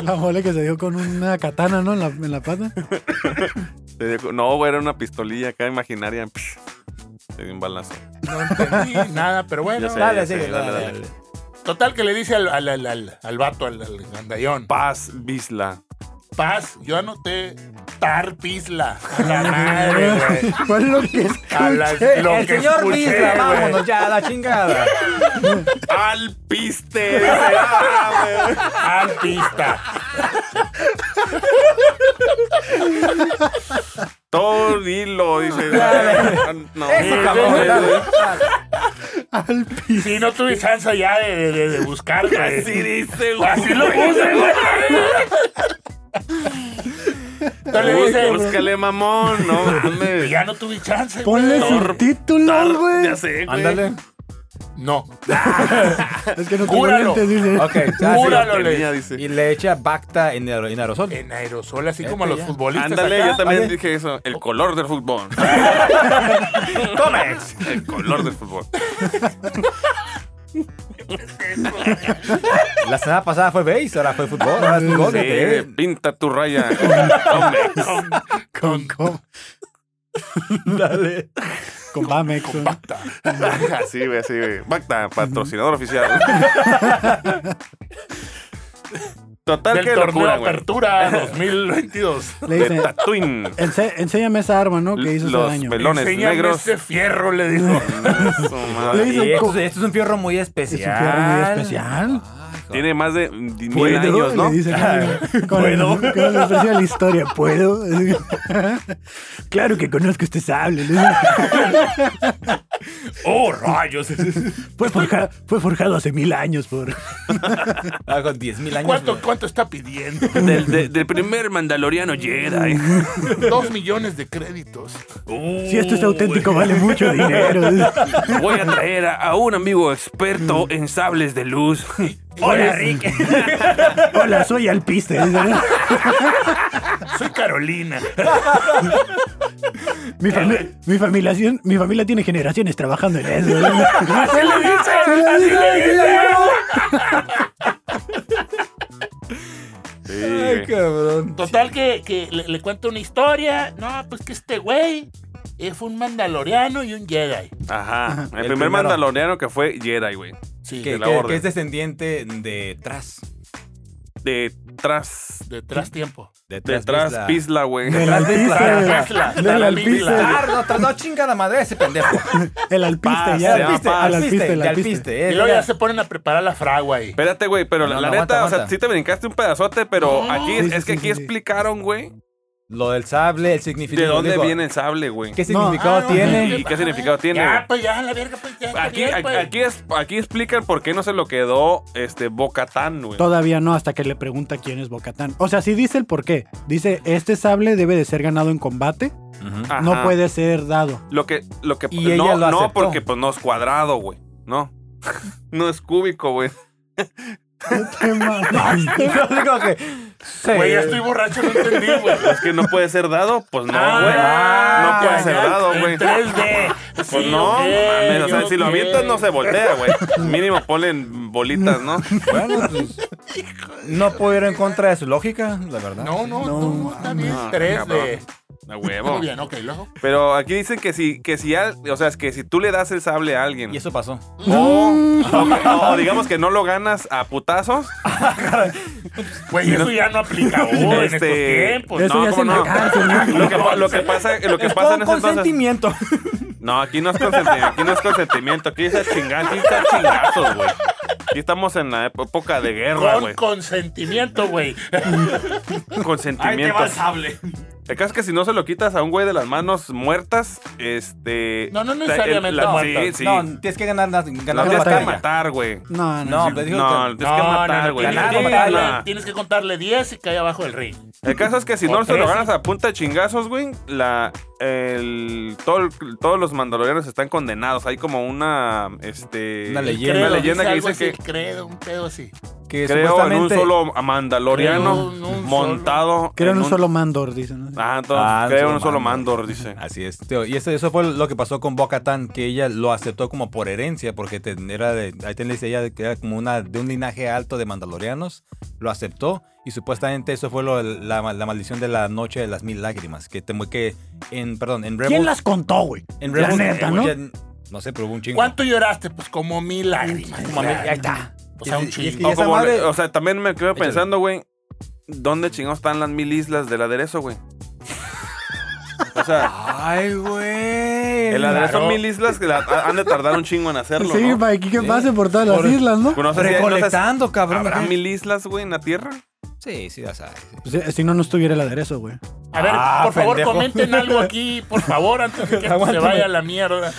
La mole que se dio con una katana, ¿no? En la, en la pata.
Te digo, No, güey, era una pistolilla acá imaginaria. Psh, Te dio un balazo.
No entendí nada, pero bueno.
Ya sé.
Dale,
sí,
sí,
dale,
dale,
dale.
dale.
Total que le dice al, al, al, al, al vato, al, al gandallón.
Paz Bisla.
Paz, yo anoté Tarpisla. A la madre, güey.
Fue lo que
A las-
escuché.
lo
Eh, El
que
señor
escuché,
Bisla,
güey.
vámonos ya, a la chingada.
¡Al piste! dice, "Ah, güey".
Al pista.
Todo hilo, dice. Ah, No,
Eso,
no,
cabrón,
no,
dale.
no.
Al pi-
Si no tuve chance ya de, de, de, de buscar, güey.
Así dice, güey.
Así lo puse, güey. Entonces le dice,
Búscale, mamón. No
Pues
mames.
Ya no tuve chance, güey.
Ponle subtítulos, güey.
Ya sé, güey.
Ándale.
No.
Es que no te
Cúralo.
lentes, dice.
Ok, ya, sí.
Júralo,
Tenía,
le.
dice.
Y le echa Bacta en, aer- en aerosol.
En aerosol, así
Este
como los
ya.
futbolistas.
Ándale,
acá.
yo también
Oye.
dije eso.
Oh.
El color del fútbol.
¡Comex!
El color del fútbol.
La semana pasada fue base, ahora fue fútbol, ahora es fútbol.
Sí,
fíjate.
pinta tu raya. Hombre.
Con, con,
Dale.
con Bamex.
Así, güey, así, güey. Bacta, patrocinador oficial. Total,
Del
qué
torneo
locura, güey.
Apertura 2022.
Le
De
dice,
Tatooine.
"Ense- enséñame esa arma, ¿no? Que hizo ese
Los
daño.
velones
Enséñame
negros.
ese fierro, le dijo.
Su madre.
Le hizo
Y
un co-
esto, esto es un fierro muy
Es
especial. Ah,
un fierro muy especial.
Tiene más de mil
¿Puedo?
años, ¿no?
Le dice, con, con el- con el desprecio de la historia, ¿puedo? claro que conozco este sable. le dice.
¡Oh, rayos!
Fue forjado, fue forjado hace mil años por...
Ah, con 10.000 años.
¿Cuánto,
güey.
¿Cuánto está pidiendo?
Del, de- del primer mandaloriano Jedi.
Dos millones de créditos.
Si esto este es auténtico, vale mucho dinero.
Voy a traer a, a un amigo experto en sables de luz.
Hola, Rick. Hola, soy Alpiste.
Soy Carolina.
Mi, fami- mi, familia, mi familia tiene generaciones trabajando en eso.
¿Qué le dice? Así le dice.
Sí,
Ay, cabrón.
Total que, que le, le cuento una historia. No, pues que este güey eh, fue un mandaloriano y un Jedi.
Ajá. El, primer
primero.
mandaloriano que fue Jedi, güey.
Sí,
Que,
la
que-
orden.
que es descendiente de Tras.
De tras.
detrás tiempo.
Detrás
Vizsla.
Pisla, güey.
El
Tras
Alpiste.
la-
Del
la- la-
alpiste.
la-
Ah, no, Tras, no chinga la madre ese pendejo.
El Alpiste,
Paz,
ya.
se llama
Alpiste,
paz.
Al Alpiste,
alpiste,
el
de
Alpiste.
alpiste.
Y
eh,
luego ya
ya.
se ponen a preparar la fragua ahí.
Espérate, güey, pero la,
No,
la
no,
neta,
aguanta,
o sea,
aguanta.
sí te brincaste un pedazote, pero aquí
Sí,
es,
sí,
es que
sí,
aquí
sí, sí.
explicaron, güey,
Lo del sable, el
de
significado.
dónde
digo,
viene el sable, güey.
¿Qué
No,
significado
Ah, no,
tiene?
¿Y qué significado tiene, güey?
Ya, pues ya, la verga, pues ya. está
Aquí,
bien,
aquí,
pues.
aquí es, aquí explican por qué no se lo quedó este Bocatán, güey.
Todavía no, hasta que le pregunta quién es Bocatán. O sea, sí dice el por qué. Dice, este sable debe de ser ganado en combate,
Ujú.
Ajá.
no puede ser dado.
Lo que, lo que
Y
no,
ella lo
no
aceptó.
porque pues no es cuadrado, güey. No. no es cúbico, güey.
Yo digo que. se-
Güey, ya estoy borracho, no entendí, güey.
Es que no puede ser dado, pues no, güey.
Ah,
no puede
ya,
ser
ya,
dado,
en
güey.
3D.
Pues
Sí,
no,
ok,
mames, o sea, si lo
ok.
avientas no se voltea, güey. Mínimo ponen bolitas, ¿no?
Bueno, pues, no puedo ir en contra de su lógica, la verdad.
No, no, no, está bien.
Ah,
3D.
cabrón. A
Muy
huevo.
bien, ok, luego.
Pero aquí dicen que si, que si al- o sea, es que si tú le das el sable a alguien
Y eso pasó.
o, o- o digamos que no lo ganas a putazos,
Güey, eso ya no aplica hoy en estos
Este,
tiempos.
Pues
Eso
no,
ya es
¿cómo
en la
no?
cárcel, ¿no?
lo que, pa- lo que pasa, lo que pasa en ese entonces.
consentimiento.
No, aquí no es consentimiento, aquí no es consentimiento, aquí es a chingar, aquí está chingazos, güey. Aquí estamos en la ep- época de guerra,
Con
güey.
consentimiento, güey.
Consentimiento.
sable.
El caso es que si no se lo quitas a un güey de las manos muertas, este.
No, no
el-
necesariamente muertas.
Sí, sí.
No,
No,
tienes que ganar, ganar la
tienes que
batalla.
matar, güey.
No, no.
No,
sí.
pero dijo
No,
que-
tienes que matar, güey.
tienes,
ganar
Sí,
que
la
no.
contarle- tienes que contarle 10 y cae abajo el ring.
El caso es que si
O
no se lo
trece.
ganas a punta de chingazos, güey, la, el, todo el- todos los mandalorianos están condenados. Hay como una, este,
Una leyenda.
una
Creo,
leyenda que
algo
dice
así,
que
Credo, un pedo así.
que
creo en un
supuestamente-
solo mandaloriano
Creo en un
montado.
Creo en un solo Mandor, dice. ¿no?
Ah, entonces,
Ah,
creo en
solo
un solo
Mandor.
mandor, dice.
Así es, tío. Y eso, eso fue lo que pasó con Bocatán, que ella lo aceptó como por herencia, porque te- era de, ahí te dice ella que era como una, de un linaje alto de mandalorianos, lo aceptó y supuestamente eso fue lo- la, la maldición de la noche de las mil lágrimas, que, te, que en, perdón, en Rebels...
¿Quién las contó, güey?
en
La
Rebels-
neta, ¿no?
ya- no sé, pero hubo un chingo.
¿Cuánto lloraste? Pues como mil lágrimas.
Como a mí- ahí está.
O sea, un
Y- y- y es que
chingo.
O,
esa
como
madre-
le- o sea, también me quedo pensando, güey, ¿dónde chingados están las mil islas del aderezo, güey? O sea,
Ay, güey.
el aderezo
Claro.
mil islas que la- han de tardar un chingo en hacerlo,
Sí,
¿no?
para que que
Sí.
pase por todas las
Por-
islas, ¿no?
No sé si- no sé si-
Recolectando, cabrón.
¿Habrá
¿qué?
mil islas, güey, en la Tierra?
Sí, sí, ya sabes.
Pues, eh, si no, no estuviera el aderezo, güey.
A ver,
Ah,
por favor,
pendejo.
comenten algo aquí, por favor, antes de que esto se
Aguántame.
vaya a la mierda.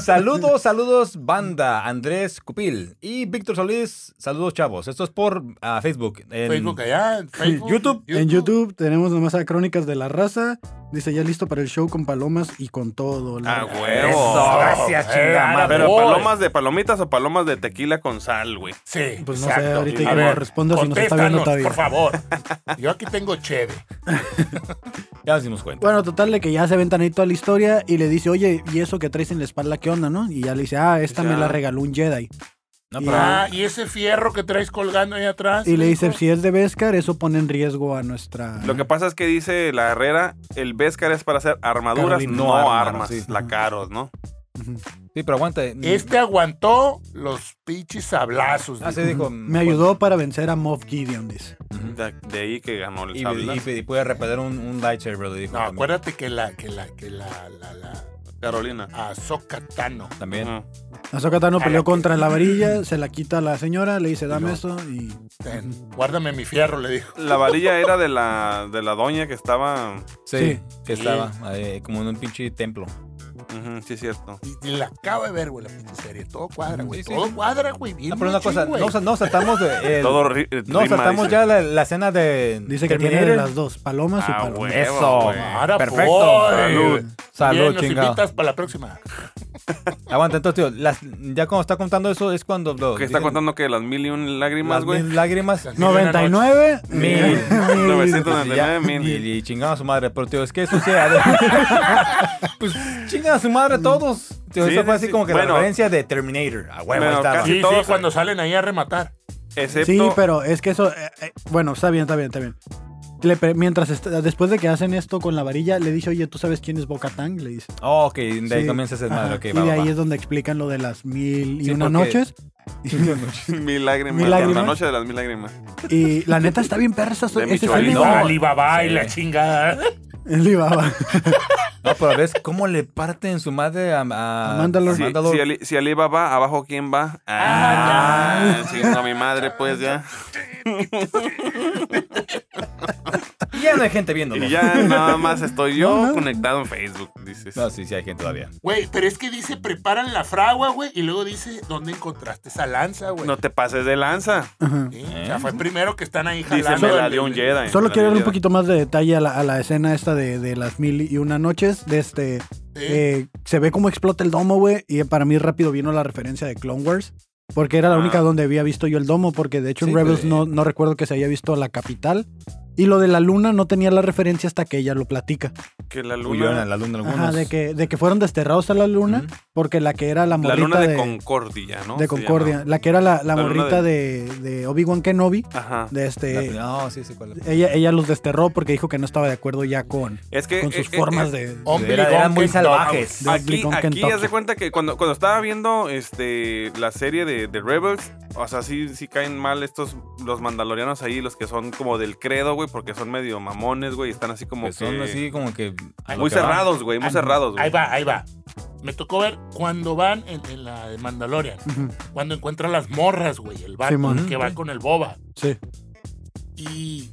Saludos, saludos, banda. Andrés Cupil y Víctor Solís. Saludos, chavos. Esto es por ah, Facebook. En-
Facebook eh. allá, en Facebook,
YouTube.
En YouTube tenemos nomás a Crónicas de la Raza. Dice, ya listo para el show con palomas y con todo. la-
Ah,
Eso,
huevo.
gracias,
Eh,
chingada madre.
Pero
Voy.
palomas de palomitas o palomas de tequila con sal, güey.
Sí,
Pues no
exacto.
sé, ahorita
A
que
ver,
nos responda si nos está viendo
contéstanos,
todavía.
por favor. Yo aquí tengo cheve.
Ya nos dimos cuenta.
Bueno, total, de que ya se aventan ahí toda la historia y le dice, oye, ¿y eso que traes en la espalda qué onda, no? Y ya le dice, ah, esta
Dice,
me la
"Ah".
regaló un Jedi.
No,
y-
pero-
Ah, y ese fierro que traes colgando ahí atrás.
Y le dice,
hijo?
si es de Beskar, eso pone en riesgo a nuestra...
Lo que pasa es que dice la herrera, el Beskar es para hacer armaduras,
Carolina,
no
no armas,
armas.
sí.
La caros, ¿no?
Ujú.
Sí, pero aguanta.
Este aguantó los pinches sablazos.
Así
dijo.
Ah, dijo. pues,
Me ayudó para vencer a Moff Gideon, dice.
De, de ahí que ganó el
Y,
sable.
y- y puede repeler un, un lightsaber, le dijo.
No,
también.
acuérdate que la, que la, que la, la, la
Carolina.
Ahsoka Tano.
También.
Ujú.
Ahsoka Tano
A la
peleó
que-
contra la varilla, se la quita a la señora, le dice, dame
no.
esto y...
Ten, guárdame mi fierro, le dijo.
La varilla era de la, de la doña que estaba.
Sí, eh,
Sí.
Que estaba ahí, como en un pinche templo.
Ujú, sí, es cierto.
Y, y la acabo de ver, güey, la pinche serie. Todo cuadra, güey.
Sí, sí.
Todo cuadra, güey. Bien
No, pero una
machín,
cosa,
güey.
no, no saltamos de. el-
Todo ri- eh,
no
rima,
saltamos
dice.
ya la, la escena de.
Dice que tiene de
Terminator.
las dos, palomas
Ah,
o palomas.
güey.
Eso.
Huevo,
Ahora,
Perfecto.
pues.
Salud.
Salud,
Bien, nos
chingado.
invitas para la próxima.
Aguanta, entonces, tío, las- ya cuando está contando eso es cuando. lo
Que está
dicen
contando que las mil y un lágrimas,
las
güey.
mil lágrimas.
Las mil-
99.
Mil. Ya,
999 mil.
Y, y chingada a su madre, pero tío, es que eso sea. pues chingan a su madre todos. Tío,
Sí,
eso fue
sí,
así
sí.
como que
Bueno.
la referencia de Terminator. A huevo,
Bueno,
ahí estaba.
casi.
Sí, sí,
todos- eh.
cuando salen ahí a rematar.
Excepto.
Sí, pero es que eso. eh, eh, bueno, está bien, está bien, está bien. Le pre- mientras está- después de que hacen esto con la varilla, le dice, oye, ¿tú sabes quién es Bocatán? Le dice.
Oh, ok, de ahí
Sí.
comienza ese
Ajá.
madre. Ok,
y
va,
de
va,
ahí
va.
es donde explican lo de las mil y
Sí,
una
porque-
noches.
Mil lágrimas.
Mil
La
lágrimas.
noche de las mil lágrimas.
Y la neta está bien perra.
De
Este
Michoacán.
sale
No.
Alibaba y
Sí.
la chingada.
en Alibaba.
No, pero ves cómo le parten su madre a, a,
A Mandalore.
Si,
Mandalore.
si, Ali, si Ali va, va, abajo quién va.
Ah,
Ah, chingando a mi madre, pues ya.
Y ya no hay gente viéndolo.
Y ya nada más estoy yo
No, no.
conectado en Facebook, dices.
No, sí, sí hay gente todavía.
Güey, pero es que dice, preparan la fragua, güey, y luego dice, ¿dónde encontraste esa lanza, güey?
No te pases de lanza.
Ajá.
Sí, O sea, fue primero que están ahí
Dice,
jalando.
me la
el-
dio un Jedi. me la
Solo
dio
quiero
un
darle un
Jedi.
poquito más de detalle a la, a la escena esta de, de las mil y una noches. De este,
Sí.
eh, se ve cómo explota el domo, güey. Y para mí rápido vino la referencia de Clone Wars. Porque era la
Ah.
única donde había visto yo el domo. Porque de hecho en
Sí,
Rebels
güey.
no, no recuerdo que se haya visto la capital. Y lo de la luna no tenía la referencia hasta que ella lo platica.
Que la
Huyeron
luna.
a la luna algunos.
Ajá, de que, de que fueron desterrados a la luna.
Ujú.
Porque la que era
La
la morrita
luna de
de,
Concordia, ¿no?
de
Se
Concordia.
llama.
La que era la, la
La luna
morrita de, de Obi-Wan Kenobi.
Ajá.
De
La
este.
pri- No, sí, sí, cuál es.
Ella, ella los desterró porque dijo que no estaba de acuerdo ya con,
Es que.
con sus
eh, eh,
formas
eh,
de.
Hombre,
Era-
con
eran muy
que-
salvajes.
de
Aquí,
Obligón,
aquí
Kentucky.
haz de cuenta que cuando, cuando estaba viendo este, la serie de, de Rebels, o sea, sí, sí caen mal estos, los mandalorianos ahí, los que son como del credo, güey, porque son medio mamones, güey, y están así como
Que son
que
así como que. a lo
muy
que va.
cerrados, güey, muy
Ah,
cerrados, güey.
Ahí va, ahí va. Me tocó ver cuando van en, en la de Mandalorian,
Ujú,
cuando encuentran las morras, güey, el vato
Simón.
que va con el boba.
Sí.
Y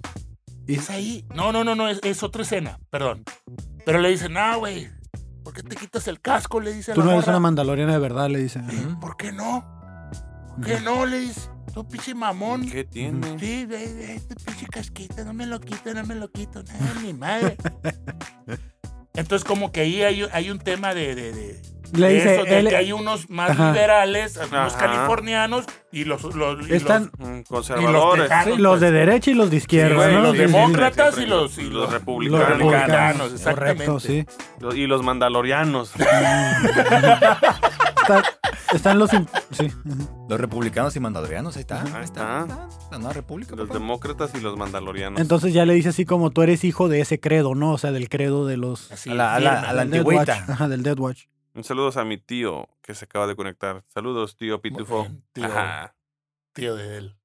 Y-
es ahí. No, no, no, no, es, es otra escena, perdón. Pero le dicen, no, güey, ¿por qué te quitas el casco? Le dice a
Tú
la
no eres
morra.
una mandaloriana de verdad, le dice.
Ujú.
¿Por qué no? ¿Por qué no, le dice? Tú pinche mamón.
¿Qué tiene?
Sí, ve, ve, este pinche casquito, no me lo quito, no me lo quito, nada, mi madre. Entonces, como que ahí hay, hay un tema de, de, de-
Le
de
dice,
eso, de
él-
que hay unos más
Ajá.
liberales, unos
Ajá.
californianos y los, los, y
están
Mm,
los, y los
Conservadores.
tejanos,
los de
pues.
derecha y los de
Sí,
izquierda,
güey,
¿no?
los
Sí, sí, sí.
demócratas.
Siempre,
y los- y
los
los-
Los
republicanos.
republicanos,
Republicanos,
correcto, sí.
exactamente.
Los- y los mandalorianos.
Está- están los. in- Sí. ujú.
Los republicanos y mandalorianos, ahí está.
Ahí está.
La nueva república.
los
papá.
demócratas y los mandalorianos.
Entonces ya le dice así como tú eres hijo de ese credo, ¿no? O sea, del credo de los.
Así,
A la- a la-
firme.
a la-
del Dead Watch.
antigüita.
Ajá, del Dead Watch.
Un saludos a mi tío que se acaba de conectar. Saludos, tío Pitufo.
bien, tío.
Ajá.
tío de él.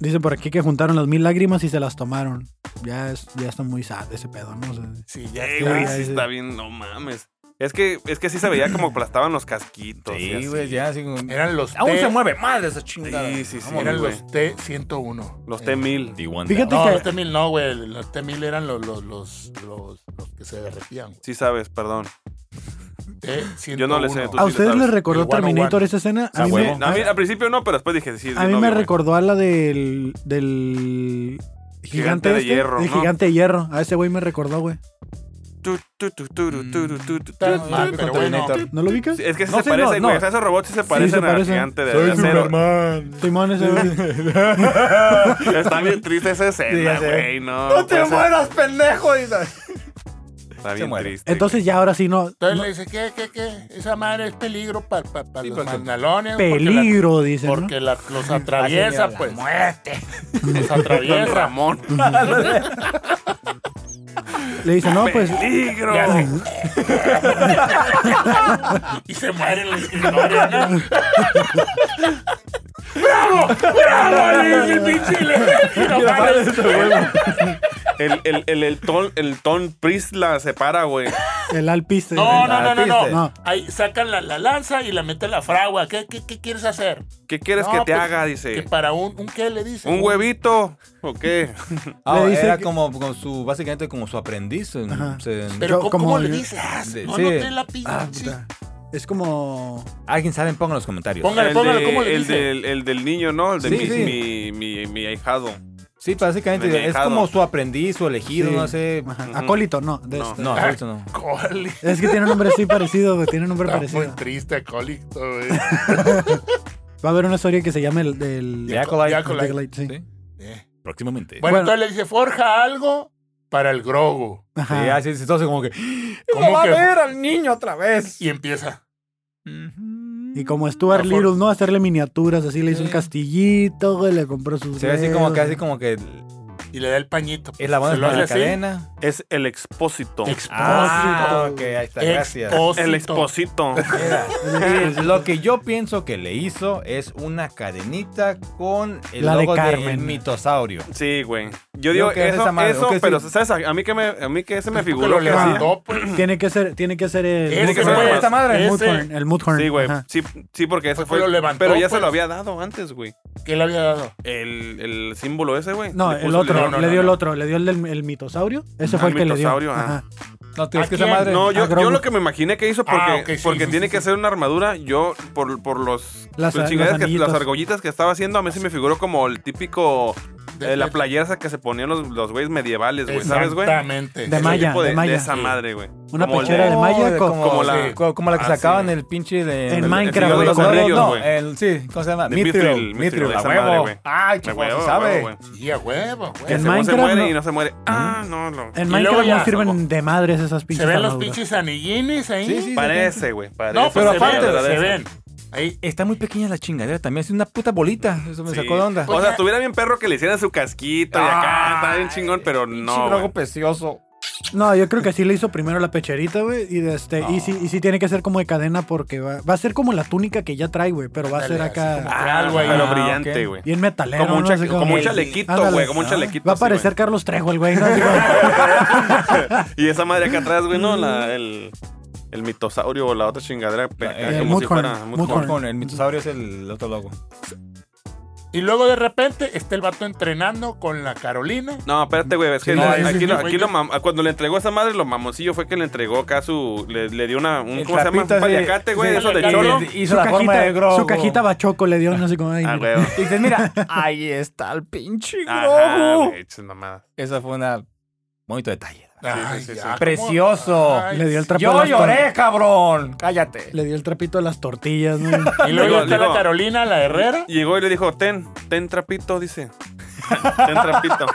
Dice por aquí que juntaron las mil lágrimas y se las tomaron. Ya, es, ya está muy sad ese pedo, ¿no? O sea,
Sí, ya
Eh,
está.
güey,
ya,
sí
ya.
está bien, no mames. Es que, es que sí se veía como aplastaban los casquitos. y
Sí,
así.
güey, ya así como.
Eran los
Aún
T-
se mueve madre esa chingada.
Eh, Sí, sí, sí.
Vámonos.
Eran
güey.
los T-101.
Los
Eh,
T-1000.
Fíjate
No,
que-
los T-1000 no, güey. Los T-1000 eran los, los, los, los, los que se derretían, güey. Eh,
Sí sabes, perdón.
T-101.
Yo no le sé, tú-
¿A
sí le
ustedes
sabes.
les recordó
El 101.
Terminator esa escena?
Ah,
A mí me,
huevo.
No, a mí al principio no, pero después dije, sí, es
A
bien
mí me
obvio, güey.
recordó a la del. del. este,
Gigante de hierro,
El
¿no?
gigante de hierro. A ese güey me recordó, güey.
Tu, tu, tu, tu, tu, tu, tu, tu, tu.
Tan mal, pero bueno.
¿No lo ubicas?
Sí, Es que sí
No,
se
sí, no,
parecen, güey.
no.
O sea, esos robots sí se
se
parecen al
parecen.
gigante de de acero.
Simón, ese güey.
Está bien triste esa
Sí,
escena,
ya sé.
güey. No, puede ser.
pendejo!
Está
Se
bien
muere.
triste.
Entonces ya ahora sí no.
Entonces le dice, ¿qué, qué, qué? Esa madre es peligro para
Sí,
los
porque-
mandalones. porque la-
Peligro, dicen. ¿no?
Porque, la- los atraviesa, pues. ¡Muerte! Los atraviesa.
Ramón.
Le dicen, no, pues.
¡Peligro!
Le hace- y se muere el escritorio, ¿no? ¡Bravo! ¡Bravo! Y el pinche le- y la madre-
El, el, el, el, ton, el ton Priest la separa, güey.
El alpiste.
No,
güey.
no, no, no, no.
No.
Ahí sacan la, la lanza y la meten a la fragua. ¿Qué, qué, qué quieres hacer?
¿Qué quieres
No,
que te
pues,
haga?
Que
Dice.
para un, un qué le dicen.
¿Un huevito? ¿O qué?
Ah,
Le dice
era
que-
como con su, básicamente como su aprendiz. en-
Ajá.
se-
Pero
Yo,
¿cómo,
como
cómo le
yo-
dices? Ah,
de-
no,
sí.
no trae la pinche.
Ah, puta. Es como.
Alguien sabe, pongan en los comentarios.
Pongan- Póngale,
el,
póngale,
de-
¿cómo le
el
dice?
del, el del niño, ¿no? El de
Sí,
mi,
sí.
mi, mi, mi ahijado.
Sí, básicamente es
Renegado.
como su aprendiz o elegido,
Sí.
no sé.
Ajá.
Ujú.
Acólito, no. de
No.
este.
No, ahorita no.
Coli.
Es que tiene un nombre así parecido, güey. Tiene un nombre
Está
parecido.
muy triste, acólito, güey.
Va a haber una historia que se llama el. el-
The Acolyte.
The Acolyte.
Acolyte, sí.
Sí.
Eh.
Próximamente.
Bueno,
Bueno.
entonces le dice, forja algo para el grogo.
Ajá.
Sí, así es, entonces como que.
¿Cómo
¿Cómo va
que-
a ver al niño otra vez?
Y empieza.
Y como Stuart Little, ¿no? Hacerle miniaturas, así le hizo un
Sí.
castillito, güey, le compró sus.
Se ve así como que, así
dedos.
como que
Y le da el pañito.
es la
Se lo
banda de
hace
la
así.
cadena.
Es el expósito.
Expósito.
Ah, ok, ahí está, gracias.
Expósito.
el exposito.
Mira, lo que yo pienso que le hizo es una cadenita con el
La de
logo del
Carmen.
mitosaurio.
Sí, güey. Yo
Creo
digo
que es
eso,
esa madre,
eso,
ok, sí.
pero ¿sabes? A a mí que, me, a mí que se me
Porque
figuró
lo
que así.
levantó, pues.
Mm. Tiene que ser, tiene que ser el.
Ese,
Tiene que ser
güey,
esta madre.
El
ese
Mudhorn, el Mudhorn.
Sí, güey.
ajá.
Sí, sí, porque ese
Pues
fue.
lo levantó,
pero ya se
pues.
lo había dado antes, güey.
¿Qué le había dado?
El, el símbolo ese, güey.
No,
Le
el
puso-
otro,
no, no,
le
no,
dio el
no.
otro, le dio el del el mitosaurio. Ese
Ah,
fue el que le dio.
mitosaurio, ajá.
Ajá.
No, ¿tú crees
¿A
que esa
quién?
madre?
No, yo,
Ah,
yo
Grogu.
lo que me imaginé que hizo porque,
Ah, ok, sí,
porque
sí,
tiene
sí,
que
sí.
ser una armadura, yo por, por los las,
Las- los
chingaderas que-
anillitos.
las argollitas que estaba haciendo, a mí se me figuró como el típico eh, la playera esa que se ponían los, los güeyes medievales, güey, ¿sabes, güey?
Exactamente.
De
Ese
malla,
tipo
de malla.
esa madre, güey.
Una
Como el
pechera de malla
de-
con-
como,
como la-
la, co- como la que
Ah,
sacaban
sí.
el pinche de.
En
de-
Minecraft,
de
güey,
los
con
Anillos,
ellos,
no,
güey.
el- sí, ¿cómo se llama?
De Mithril,
Mithril,
Mithril,
Mithril, a
esa madre,
huevo.
güey.
Ay,
De
chico,
huevo,
se
sabe.
sabe.
Sí, a huevo, güey.
Que ese
En
güey se
Minecraft,
muere
no.
y no se muere. Ah, no, no.
En
Y
Minecraft
luego ya-
no sirven de madres esas pinches.
Se ven los
armaduras.
pinches anillines ahí.
Sí, sí.
Parece, güey. parece.
No, pero
se
aparte
ven,
se ven. Ahí.
Está muy pequeña la chingadera también, es una puta bolita. Eso me
Sí.
sacó de onda.
O sea, estuviera bien perro que le hicieran su casquito y acá, está bien chingón, pero no. güey.
algo precioso.
No, yo creo que sí le hizo primero la pecherita, güey. Y, de este, y, sí, y sí tiene que ser como de cadena porque va, va a ser como la túnica que ya trae, güey. Pero va a
Ándale,
ser
así como-
acá
Ah,
algo ahí.
Pero
Ah,
brillante,
ok.
güey.
bien metalero.
Como un,
¿no?
cha-
Así
como un chalequito,
Ándale.
güey. Como un
Ah.
chalequito.
Va a
así, güey.
parecer Carlos Trejo, el güey. ¿no? Así como-
Y esa madre acá atrás, güey, ¿no? La, el, el mitosaurio o la otra chingadera. pe-
el
acá como si
Mudhorn,
fuera
Mudhorn.
Mudhorn.
Con el mitosaurio es el otro logo.
Y luego de repente está el vato entrenando con la Carolina.
No, espérate, güey. Es que
Sí,
la-
no, sí,
aquí,
sí,
lo-
sí,
aquí
güey.
lo mam- cuando le entregó esa madre, lo mamoncillo fue que le entregó acá su. Le, le dio una. Un,
El
¿Cómo se llama? Un
trapito así,
paliacate, güey.
sí,
eso de
paliacate.
cholo.
Y-
su,
Hizo la forma de
cajita,
Grogu.
su cajita bachoco le dio, no sé cómo. ay,
Ah,
mira.
güey.
Y dices, mira, ahí está el pinche
Ajá,
Grogu.
ah, güey. chis mamada.
Esa fue una bonito detalle.
Ay,
sí, sí,
ya,
sí.
¿cómo?
Precioso.
Ay,
Le dio el trapo a
Yo
las tor-
lloré, cabrón. Cállate.
Le dio el trapito a las tortillas, ¿no?
Y luego
Digo,
está
digo-
la Carolina, la Herrera.
Llegó y le dijo: Ten, ten trapito, dice. ten trapito.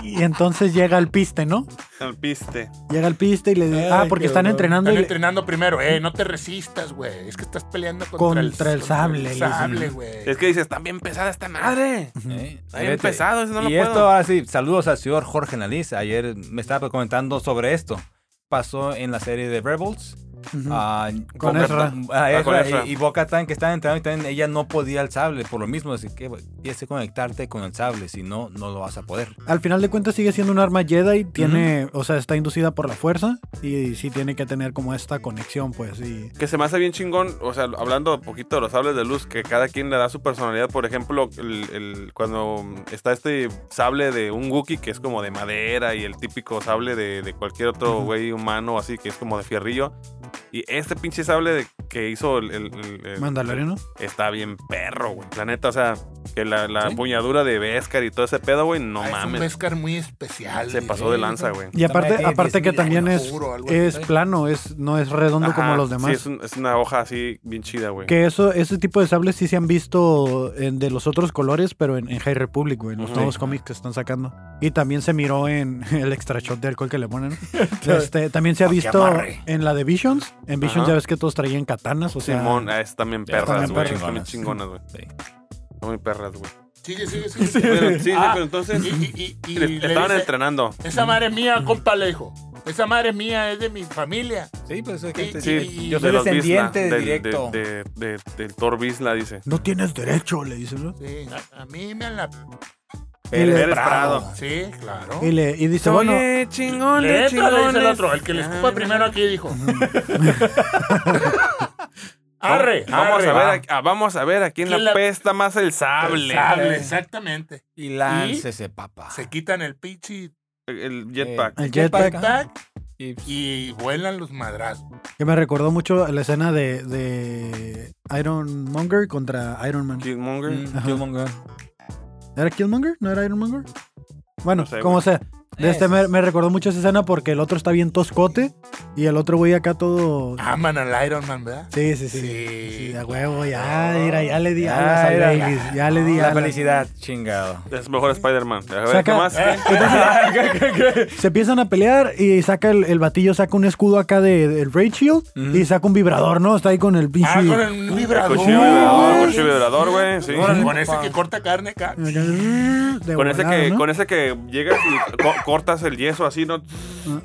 Y entonces llega el piste, ¿no?
Al piste.
Llega el piste y le dice,
Ay,
ah, porque
qué
están
horror.
entrenando.
Están
Y le-
entrenando primero. Eh, no te resistas, güey. Es que estás peleando contra,
Contra el sable, le
El
dicen.
sable, güey.
Es que dice: Está bien pesada esta madre.
Eh,
Está bien
vete.
pesado, eso no lo
y
puedo.
esto ahora sí, saludos al señor Jorge Naliz. Ayer me estaba comentando sobre esto. Pasó en la serie de Rebels.
Ujú.
ah,
Con Ezra.
ah, Ezra
Ah, con Ezra.
Y, Boca Tan que estaban entrenando y también ella no podía el sable. Por lo mismo, así que güey, tienes que conectarte con el sable, si no, no lo vas a poder.
Al final de cuentas sigue siendo un arma Jedi, tiene, o sea, está inducida por la fuerza y sí tiene que tener como esta conexión, pues, y
Que se me hace bien chingón, o sea, hablando un poquito de los sables de luz, que cada quien le da su personalidad. Por ejemplo, el- el- cuando está este sable de un Wookiee que es como de madera y el típico sable de, de cualquier otro
Ujú.
güey humano, así que es como de fierrillo. Y este pinche sable de- que hizo el, el- el- el-
Mandaloriano.
está bien perro, güey. La neta, o sea, que la, la puñadura de Beskar y todo ese pedo, güey, no
Ay, Es un
mames.
Vescar muy especial.
Se
dice.
pasó de lanza, güey.
Y aparte,
tiene
aparte que
10.000
también
años,
es,
juro, algo
es
así.
plano, es, no es redondo como
Ajá,
los
Sí,
demás.
es, un- es una hoja así bien chida, güey.
Que eso, ese tipo de sables sí se han visto en- de los otros colores, pero en, en High Republic, güey, en los
Ujú.
nuevos cómics que están sacando. Y también se miró en el extra shot de alcohol que le ponen. Este, también se ha
Pa' que
visto
amarre.
en la de Visions. En Visions
Oh, Ajá.
ya ves que todos traían katanas, o sea.
Simón, ah, es también
Ya están
perras,
bien
güey.
perras.
Están bien chingonas, güey.
Sí.
Están muy perras, güey.
Sigue, sigue, sigue.
Bueno, sí,
Ah,
sí, pero entonces.
Y, y- y- y
le-
le
estaban
dice,
entrenando.
Esa madre es
Mm.
mía, compa, le dijo. Esa madre es mía, es de mi familia.
Sí, pues es que
Sí,
Sí,
y-
yo
de
soy
los
descendiente
Bisla, del-
directo.
De, de, de- del Thor Bisla, dice. Ah.
No tienes derecho, le dicen, ¿no?
Sí, a, a mí me la.
Pérez,
Pérez
Prado.
Sí, claro.
Y, le, y dice, bueno,
Oye, chingón,
Le
de
entra, le dice el otro. El que le
Ah,
escupa primero aquí dijo. arre,
Vamos
arre,
a, ver
va.
a, ah, vamos a ver a quién
¿Quién
la
la-
pesta más el
Sable.
sable.
exactamente.
Y láncese, papá.
Se quitan el pinche
El jetpack.
Eh,
El jetpack.
pack
Y-
y vuelan los madrazos.
que me recordó mucho a la escena de, de Iron Monger contra Iron Man.
Killmonger.
Mm,
Ajá.
Killmonger.
¿Era Killmonger? ¿No era Iron Monger? Bueno,
No sé,
como
güey.
sea. De este
Eso
me,
es.
me recordó mucho esa escena porque el otro está bien toscote y el otro güey acá todo...
Aman al Iron Man, ¿verdad?
Sí, sí, sí.
Sí.
Sí, a huevo, ya, mira, ya le di
Ya,
alas al
Ah, mira.
Baileys, ya le di
La
alas.
felicidad, chingado.
Es mejor Spider-Man. A ver,
Saca-
¿qué más?
Se empiezan a pelear y saca el, el batillo, saca un escudo acá de- del Raid Shield
Ujú.
y saca un vibrador, ¿no? Está ahí con el pinche.
Ah, con el vibrador.
Cuchillo vibrador,
güey.
cuchillo vibrador, güey. sí.
Uh.
Mm.
Órale, Con ese que corta carne acá.
de
Con ese,
volada,
que,
¿no?
con ese que llegas y co- cortas el yeso así, ¿no?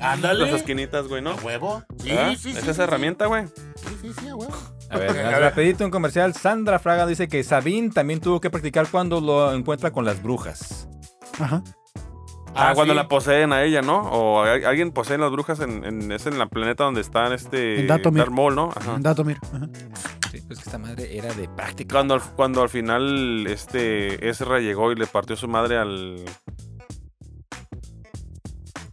Ándale.
Las esquinitas, güey, ¿no?
A huevo. Sí,
¿Ah?
sí, sí.
es
sí,
esa
sí.
herramienta, güey.
Sí, sí, sí, a huevo.
A ver,
A
más
ver.
rapidito un comercial. Sandra Fraga dice que Sabine también tuvo que practicar cuando lo encuentra con las brujas.
Ajá.
Ah, cuando
sí.
la poseen a ella, ¿no? O a- alguien posee las brujas en, en- es en la planeta donde están este
En Dathomir.
Darth Maul, ¿no? Ajá.
Dato, mira. Ajá.
Sí, pues que esta madre era de práctica.
Cuando al, cuando al final este Ezra llegó y le partió su madre al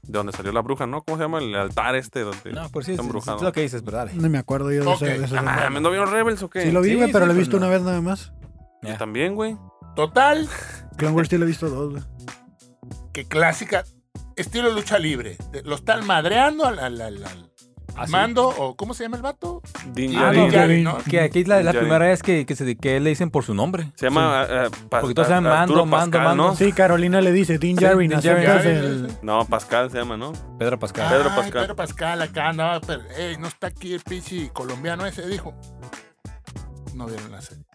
de donde salió la bruja, ¿no? ¿Cómo se llama el altar este donde
No, por si es,
está embrujado?
es lo que dices, pero dale.
No me acuerdo yo de
Ok,
ese- de ese-
Ah, mames, ¿No vieron Rebels o qué?
Sí lo Ah, vi,
Sí,
güey, pero
sí,
lo he
pues
visto
no.
una vez nada más.
Yo También, güey.
Total,
Clone Wars sí lo he visto dos, güey.
que clásica. Estilo lucha libre. De- Lo están madreando al, al, al- al
Ah, sí.
mando, o ¿cómo se llama el vato?
Din
Ah,
Djarin.
Din Djarin, ¿no?
Que aquí es la, la
Ya vi.
primera vez que, que, se, que le dicen por su nombre.
Se llama eh, eh, Pa-
Porque todos se llaman Mando,
Arturo
Mando,
Pascal,
Mando.
¿no?
Sí, Carolina le dice, Dean
Sí,
Jarvin,
Din Djarin.
aceptas
Djarin,
el.
No, Pascal se llama, ¿no?
Pedro Pascal.
Pedro
Ay,
Pascal.
Pedro Pascal acá, no, pero, ey, no está aquí el pinche colombiano ese, dijo. No vieron la serie.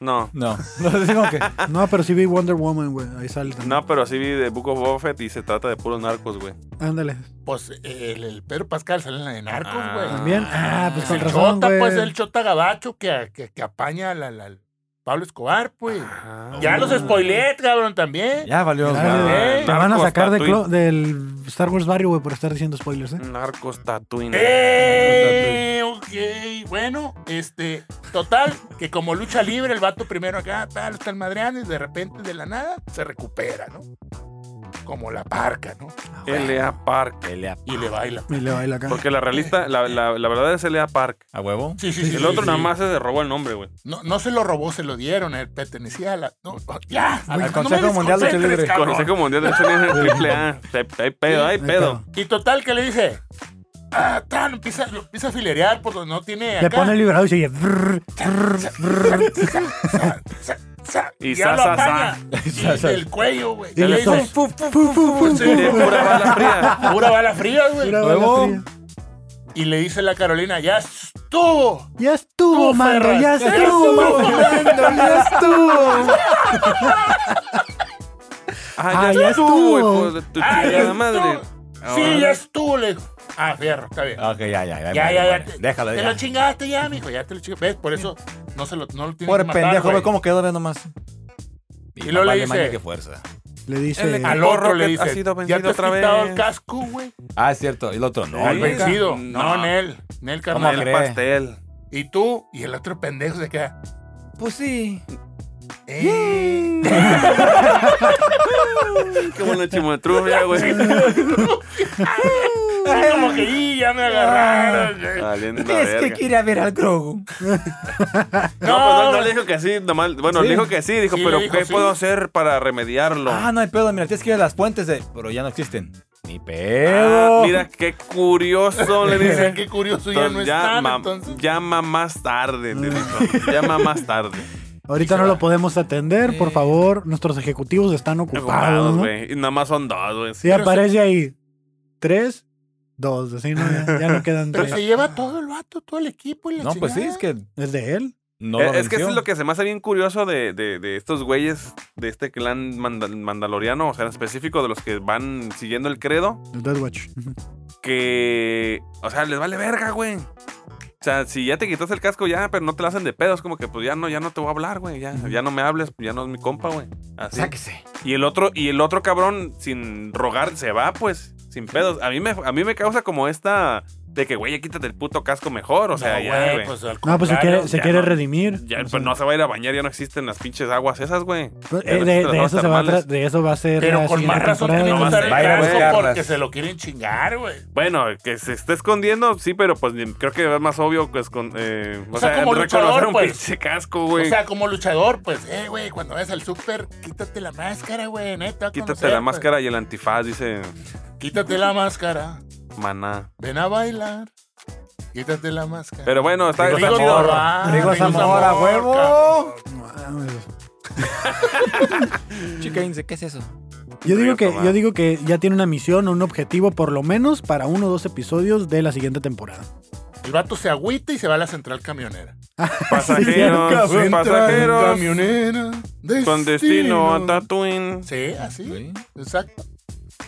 No.
No.
No, sí, como que- no, pero sí vi Wonder Woman, güey. Ahí sale. también.
No, pero así vi de Book of Buffett y se trata de puros narcos, güey.
Ándale.
Pues el, el Pedro Pascal sale en la de Narcos,
Ah.
güey.
También. Ah, pues
Es
con
el
razón.
Chota,
güey.
pues el Chota Gabacho que, que, que apaña al, al- al Pablo Escobar, pues.
Ah.
ya los spoileé, cabrón, también.
Ya valió.
Ya,
madre.
güey,
eh,
Me van a
Narcos,
sacar de
Tatooine.
clo- del Star Wars Barrio, güey, por estar diciendo spoilers, ¿eh?
Narcos Tatooine.
Eh, ok, bueno, este, total, que como lucha libre, el vato primero acá, tal, está el madreano y de repente, de la nada, se recupera, ¿no? Como la parca, ¿no?
L.A. Park.
Pelea.
Y le baila.
Y le baila acá.
Porque la realista, la, la, la verdad es L.A. Park.
¿A huevo?
Sí, sí, sí.
El otro
sí,
nada
sí.
más se robó el nombre, güey.
No, no se lo robó, se lo dieron, él pertenecía a la. no, no, ya, a la-
Al
no me
Consejo Mundial de Lucha
desconcentres,
Libre.
cabrón.
Consejo Mundial de Lucha Libre Triple A. Hay- Hay pedo, hay pedo.
Y total que le dice. Ah, tan, empieza, lo empieza a filerear por donde no tiene acá.
Le pone el vibrador y sigue. brr,
Sa- sa- sa- sa- sa-
Y
ya lo
sa- sa-
apaña.
sa.
Y El cuello, güey.
Y
Y
le
le dice,
sos.
"Fu, fu, fu, fu, fu, sí".
Tiene pura bala fría.
Pura bala fría, güey.
pura
Huevo.
bala fría.
Y le dice la Carolina, ya estuvo.
Ya estuvo,
Tú,
mando,
Ferraz,
ya
ya
estuvo,
estuvo,
mando, ya estuvo.
Ah,
Ah,
ya,
ya
estuvo,
estuvo.
hijo de tu
Ah, ya
chingada madre. Ah,
estuvo. Sí, ya estuvo, le dijo. Ah, fierro, está bien.
Ok, ya, ya.
Ya, ya, ya. te-
Déjalo,
Te
ya.
lo chingaste ya, mijo. Ya te lo chingaste. ¿Ves? Por eso no se lo, no lo tiene
Por
que matar,
pendejo,
güey.
ve cómo quedó, ve nomás.
Y luego le
vale
dice-
maña que fuerza.
Le
Él
dice. "Ah,
le
Al
Porro
otro le
que ha
dice,
sido
ya te
vencido
has
otra
quitado el
vez".
casco, güey.
Ah, es cierto. Y el otro, no.
Al
güey.
nunca.
vencido.
No.
No, Nel. Nel,
¿Cómo
El
carnal.
crees?
pastel.
Y tú y el otro pendejo se queda.
Pues sí.
"Eh".
Qué buena chimotrufia, güey.
Así como que "Y, ya me
Ah.
agarraron. güey".
Valiendo la verga.
quiere ver al
No,
Grogu.
pues no, no
güey.
le dijo que sí, nomás. Bueno,
Sí.
le dijo que sí, dijo,
Sí,
pero
le dijo
¿qué
sí.
puedo hacer para remediarlo?
Ah, no hay pedo. Mira, tienes que ir a las fuentes de. Pero ya no existen. Ni pedo.
Ah, mira, qué curioso, le
Dicen,
dice.
qué curioso, ya no están,
ma-
entonces.
llama más tarde, le
Ah.
dijo. Llama más tarde.
Ahorita no lo podemos atender, por favor. Nuestros ejecutivos están ocupados.
Ocupados,
¿no?
güey. Y nada más son dos, güey.
Sí, aparece ahí. Tres, dos. Así no, ya, ya no quedan
Pero se
tres.
lleva todo el vato, todo el equipo y la
No, pues sí,
chingada.
es que.
¿Es de él?
No
Eh,
lo
es que eso
venció.
es lo que se me hace bien curioso de, de- de estos güeyes de este clan manda- mandaloriano, o sea, en específico de los que van siguiendo el credo,
El Death Watch.
que, o sea, les vale verga, güey. O sea, si ya te quitas el casco ya, pero no te la hacen de pedos, como que pues ya no, ya no te voy a hablar, güey, ya, ya no me hables, ya no es mi compa, güey. Así.
Sáquese.
Y el otro, y el otro cabrón, sin rogar, se va, pues, sin pedos. A mí me, a mí me causa como esta de que, güey, ya quítate el puto casco mejor. O sea,
No,
ya,
güey,
güey.
pues, al
No, pues se
contrario.
quiere, se
ya
quiere
no.
redimir.
Ya,
O
pues
sea,
no se va a ir a bañar, ya no existen las pinches aguas esas, güey.
pues,
ya
eh,
no
de,
existen
de
los
eso se va a tra-
termales.
de eso va a ser.
Pero
la
con
siguiente
más razón tiene que
temporada.
usar el
Va a ir a
casco
buscarlas.
porque se lo quieren chingar, güey.
Bueno, que se está escondiendo, sí, pero pues creo que es más obvio, pues, con. eh, o,
O sea,
sea,
como
reconocer
luchador,
un
pues.
pinche casco,
O
güey.
sea, como luchador, pues, eh, güey, cuando vayas al súper, quítate la máscara, güey, neta. pues.
Quítate la máscara y el antifaz, dice
Quítate la máscara,
Maná.
ven a bailar. Quítate la máscara.
Pero bueno, está,
Digo
está
Zamora.
chido.
Ah,
Digo
Rigo
Zamora,
Zamora,
Ah,
huevo.
Mames.
Chica Ince, ¿qué es eso?
Yo digo, que,
Tomás.
yo digo que ya tiene una misión o un objetivo, por lo menos, para uno o dos episodios de la siguiente temporada.
El vato se agüita y se va a la central camionera.
Pasajeros,
Central
pasajeros.
camionera.
Con destino a Tatooine.
Sí, así.
Sí.
Exacto.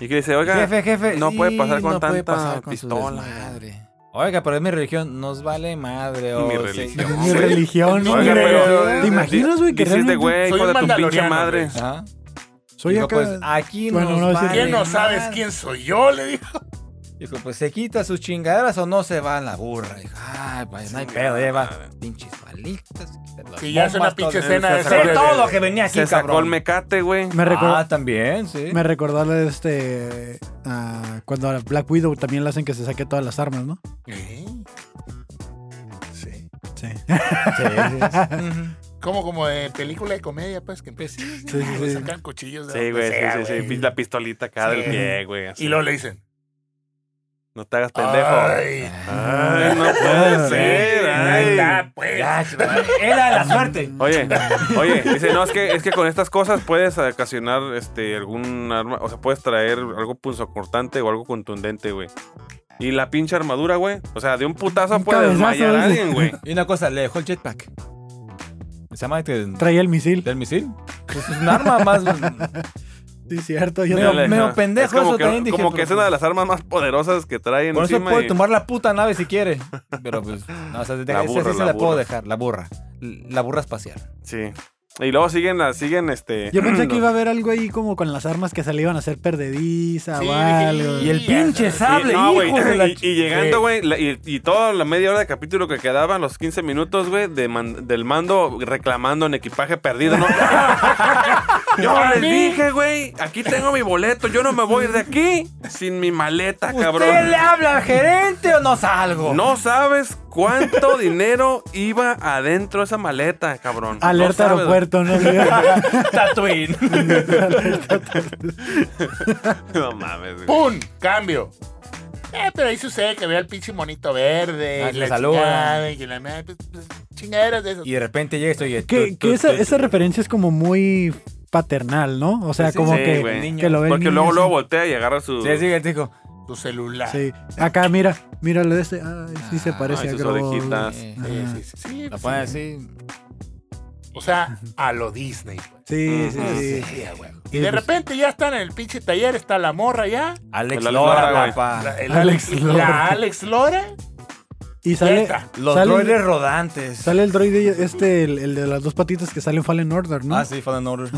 Y que dice, oiga,
Jefe, jefe.
no puede
sí,
pasar con
no puede
tanta
pasar con su
pistola.
desmadre. Oiga, pero es mi religión. Nos vale madre.
Mi
o sea,
religión.
Mi religión,
No,
hombre.
oiga, pero.
¿Te
di-
imaginas, güey, que
dices de
realmente-
güey,
Soy
hijo de
un
tu pinche
mandaloriano,
madre.
güey.
Ajá.
Soy
Dijo,
acá.
¿Ah? pues aquí
Bueno,
nos
no voy a decir-
vale
¿Quién no sabes
madre.
quién soy yo? Le dijo.
Dijo, pues se quita sus chingaderas o no se va a la burra. Dijo, ay, pues no hay pedo, lleva pinches palitas.
Sí, ya es una pinche escena
de
de
esa de-
todo lo que venía aquí,
Se sacó
cabrón.
el mecate, güey.
Me recuerda.
Ah,
¿Eh?
también, sí.
Me recordó la de este. ah, cuando a Black Widow también le hacen que se saque todas las armas, ¿no?
Eh, Sí.
Sí.
Sí, sí.
Como, como de película de comedia, pues, que empiezan
Sí, sí, sí.
sacan cuchillos de
Sí,
donde
güey, sí,
sea,
sí, sí.
güey.
La pistolita acá
Sí.
del pie, güey. así.
Y luego le dicen,
No te hagas pendejo. Ay,
Ay,
no puede ser.
ahí
Ay.
está, pues.
Ya, chaval, Era la suerte.
Oye, oye, dice, no, es que, es que con estas cosas puedes ocasionar este, algún arma, o sea, puedes traer algo punzocortante o algo contundente, güey. Y la pinche armadura, güey. O sea, de un putazo
Un
puede
cabezazo,
desmayar a
dice.
alguien, güey.
Y una cosa, le dejó el jetpack. ¿Se llama este
Traía el misil.
del misil? Pues es un arma más.
Sí, cierto. yo también.
Medio,
Ándale,
medio
ajá.
pendejo
Es como
eso
que,
también dije,
Como
pero pues
que es una de las armas más poderosas que traen
Por eso
encima.
puede
y-
tomar la puta nave si quiere. Pero pues, no, o sea,
La
esa sí
burra,
se
la
la, puedo
burra.
dejar, la burra. La burra espacial.
Sí. Y luego siguen, la- siguen este.
Yo pensé que
los-
iba a haber algo ahí como con las armas que se le iban a hacer perdediza
Sí,
o
dije,
algo.
Y el pinche
Sí, no, güey.
hijo de la
Y,
ch-
y llegando, güey, la- y, y toda la media hora de capítulo que quedaban, los 15 minutos, güey, de man- del mando reclamando en equipaje perdido, ¿no? yo les dije, güey, aquí tengo mi boleto, yo no me voy de aquí sin mi maleta,
¿Usted
cabrón.
le habla al gerente o no salgo?
No sabes cuánto dinero iba adentro de esa maleta, cabrón. No
Alerta
sabes.
aeropuerto, ¿no?
Tatooine.
No mames, güey.
¡Pum! Cambio. Eh, pero ahí sucede que vea el pinche monito verde.
Ah,
y
que
la
saluda.
chingada, y que la madre, pues, pues, chingaderas de esas.
Y de repente llega esto y...
que que esa, esa referencia es como muy paternal, ¿no? O sea,
Sí,
como
sí, güey.
que, que lo ven.
Porque luego, luego voltea y agarra su.
Sí, sí, el dijo.
Tu celular. Sí,
Sí. Acá, mira, míralo de este. Ay, sí se parece
Ah, ay,
a
sus
Grogu.
orejitas.
eh,
Ajá.
sí, sí, sí,
La
sí.
ponen así.
O sea, a lo Disney. güey.
Sí, sí,
Ujú.
sí.
Sí, a huevo.
Sí,
Y de
pues-
repente ya están en el pinche taller, está la morra ya.
Alex
El
Lora,
Lora, güey.
papá.
La, el
Ah, Alex
Alex,
Lora.
la Alex Lora.
Y sale.
Neta,
Los
sale-
droides rodantes.
Sale el droide este, el, el de las dos patitas que sale en Fallen Order, ¿no?
Ah, sí, Fallen Order.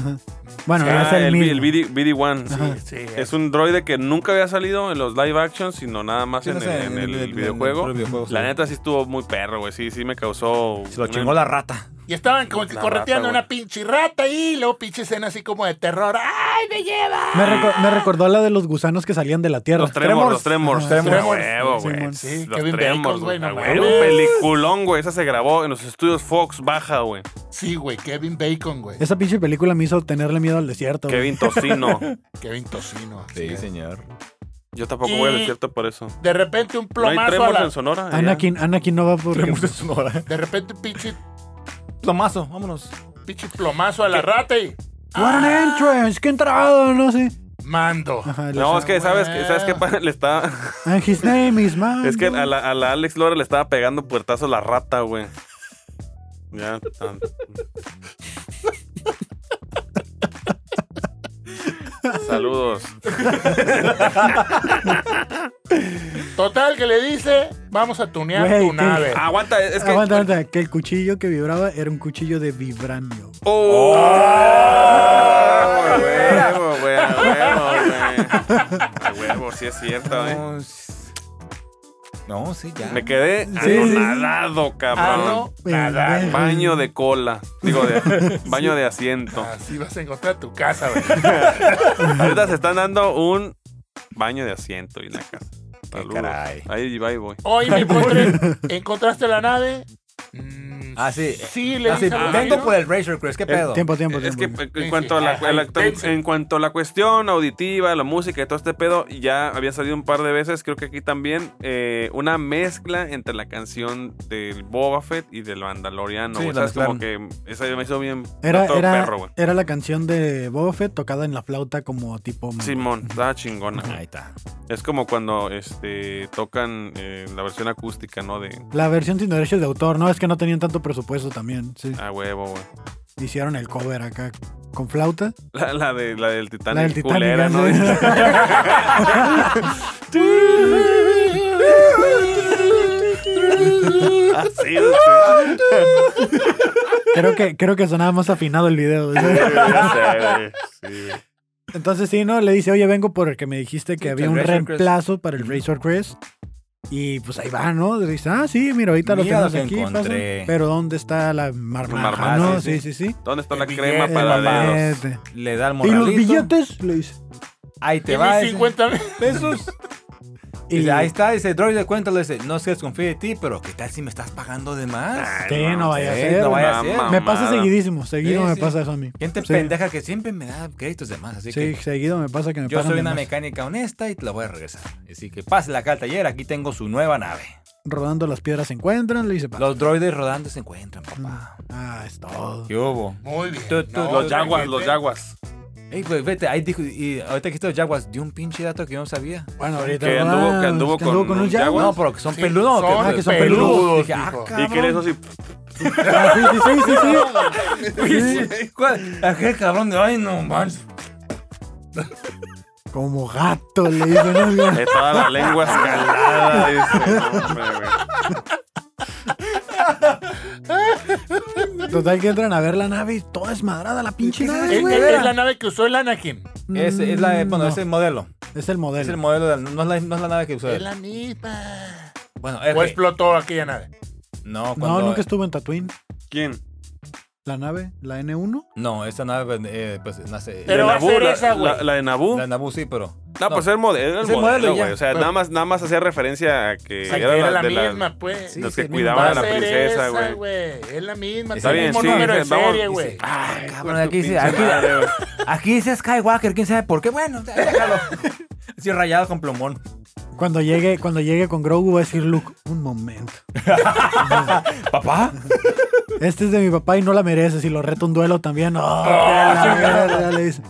Bueno, no
Ah,
es el,
el,
mismo.
B- el BD, 1
Sí,
Es un droide que nunca había salido en los live action, sino nada más
Sí,
en,
no sé,
el, en el
en el-
videojuego.
en el videojuego, sí.
La neta sí estuvo muy perro, güey. Sí, sí me causó.
Se lo
una-
chingó la rata.
Y estaban como que
La
correteando
rata,
una pinche rata ahí, y luego pinche escena así como de terror. ¡Ay, me lleva!
Me, reco- me recordó a la de los gusanos que salían de la tierra.
Los Tremors, los
Tremors.
Tremors.
Ajá,
Tremors.
Tremors.
Huevo, güey.
Simón.
Sí,
los
Kevin
Tremors,
Bacon, güey, no
güey. Era Un
mames.
peliculón, güey. Esa se grabó en los estudios Fox Baja, güey.
Sí, güey, Kevin Bacon, güey.
Esa pinche película me hizo tenerle miedo al desierto. güey.
Kevin Tocino.
Kevin Tocino. así es.
señor.
Yo tampoco voy al
Y-
desierto por eso.
De repente un
¿No hay
plomazo a
Tremors
la-
en Sonora? allá?
Anakin, Anakin no va porque...
Tremors de Sonora.
De repente un pinche,
Plomazo, vámonos.
pinche plomazo a la rata y...
What an entrance, qué entrada, no sé.
Mando.
Ajá,
No,
los-
es que sabes,
güey.
¿sabes qué pa- le estaba.
And his name is man.
Es que a la, a la Alex Lora le estaba pegando puertazo la rata, güey. Ya, ah. tan- Saludos.
Total, que le dice, vamos a tunear
Güey,
tu
¿qué?
nave.
Aguanta, es que.
Aguanta, aguanta, que el cuchillo que Oh, vibraba era un cuchillo de vibranio.
¡Oh! huevo, sí es cierto, ¿eh?
No, s- no, eh. sí, ya.
Me quedé
sí, sí. Ah,
anonadado, cabrón.
Ah, nada.
Pendejo.
Baño de cola. Digo, de, baño de asiento.
Así vas a encontrar tu casa, güey.
Ahorita se están dando un baño de asiento y la casa. Saludos.
caray.
Ahí va y voy.
Hoy me encontré. ¿Encontraste la nave? Mm,
Ah, sí.
Sí, le
Ah, sí,
dije a
vengo
Ramiro.
por el Razor Crest, ¿qué pedo?
Tiempo, tiempo,
Es que pues,
tiempo.
en cuanto, a la, a la- en cuanto a la cuestión auditiva, la música y todo este pedo, ya había salido un par de veces, creo que aquí también, eh, una mezcla entre la canción del Boba Fett y del Mandaloriano.
Sí,
güey.
la
o sea, es como que esa me hizo bien
Era,
todo
era,
perro, güey.
era la canción de Boba Fett tocada en la flauta como tipo...
Simón, estaba chingona. güey.
Ahí está.
Es como cuando este, tocan eh, la versión acústica, ¿no? De
La versión sin derechos de autor, ¿no? Es que no tenían tanto presupuesto también. Sí.
a huevo, güey.
Hicieron el cover acá con flauta.
La, la de, la del Titanic,
La del Titanic,
culera,
ya
¿no? Así, güey.
Creo que, creo que sonaba más afinado el video. ¿sí?
Ya sé, güey. Sí, güey.
Entonces sí, ¿no? Le dice, oye, vengo por el que me dijiste que
Sí,
había
el
un
Razor Crest.
reemplazo para el Razor Crest. Y pues ahí va, ¿no? Le dice, ah, sí, mira, ahorita lo
Mira
tenemos
lo que
aquí.
encontré.
pasa. Pero ¿dónde está la marmada? Ah,
Marmada,
no,
sí,
sí, sí, sí.
¿Dónde está
El
la
billete,
crema
El
para
mamá.
dedos?
billete.
Le da el
¿Y
moralito.
los billetes? Le dice.
Ahí
Y
te va.
mis
dice,
50 mil.
pesos.
Y
Dice, ahí está, dice, Droid de cuenta, le dice, no es que desconfíe de ti, pero ¿qué tal si me estás pagando de más?
Sí, no vaya a
sí,
ser.
no vaya a
Mamá.
ser.
Me pasa
Mamada.
seguidísimo, seguido
Sí,
me
sí.
pasa eso a mí.
Gente
Sí.
pendeja que siempre me da créditos de más, así
Sí,
que
seguido me pasa que me
yo
pagan
soy
de
una
más.
mecánica honesta y te la voy a regresar. Así que pásela acá al taller, aquí tengo su nueva nave.
Rodando las piedras se encuentran, le dice. pa-
Los droides rodando se encuentran, papá.
Ah, es todo.
¿Qué hubo?
Muy bien.
Tú, tú,
Los yaguas,
gente.
los yaguas.
Ey, güey, vete, ahí dijo, y ahorita que los Jaguars, dio un pinche dato que yo no sabía.
Bueno, ahorita.
Que
vamos,
anduvo- que anduvo con
un
un
jaguar.
No, pero que son
Sí,
peludos.
son
que,
peludos,
Dije, ah,
dijo.
Y que en eso sí.
Ah, sí, sí, sí, sí, sí.
cabrón. ¿Cuál? Aquel cabrón de, ay, no manches.
Como gato, le dice. ¿no?
eh, Toda la lengua escalada. dice, no, hombre, güey.
Total que entran a ver la nave y toda desmadrada la pinche
Es,
nave,
es-
güey.
es la nave que usó el Anakin.
Ese es la, eh, bueno,
Mm, No,
es el modelo.
es el
Es el
modelo.
modelo, de, no, es la, no es la nave que usó.
Es
él.
la misma.
Bueno,
O
R.
explotó aquella nave.
No, cuando,
No, nunca estuvo en Tatooine.
¿Quién?
La nave, la N1.
No, esta nave, eh, pues, nace... eh,
Pero
¿La de
va a
Naboo?
ser
¿La-
esa, güey.
la, la de Naboo.
La Naboo sí, pero...
No, pues era el modelo,
Es
el
el modelo,
modelo,
ya.
güey. O sea,
Pero-
nada más, nada más hacía referencia a que
O sea, que
era
era la,
la, de la-
misma, pues.
Sí,
los que
sí, el mismo.
cuidaban a la princesa, güey.
Es la misma.
Está
Está bien,
bien,
mismo
sí,
número de
sí, vamos,
serie,
sí,
güey.
Ah, cabrón,
tu
aquí dice,
pinche
aquí,
madre, güey.
aquí dice Skywalker, quién sabe por qué. Bueno, ya, déjalo. Así rayado con plumón.
Cuando llegue, cuando llegue con Grogu, va a decir Luke, un momento.
¿Papá?
Este es de mi papá y no la merece. Si lo reto un duelo también. ¡Oh,
Ah,
la verga! le dice.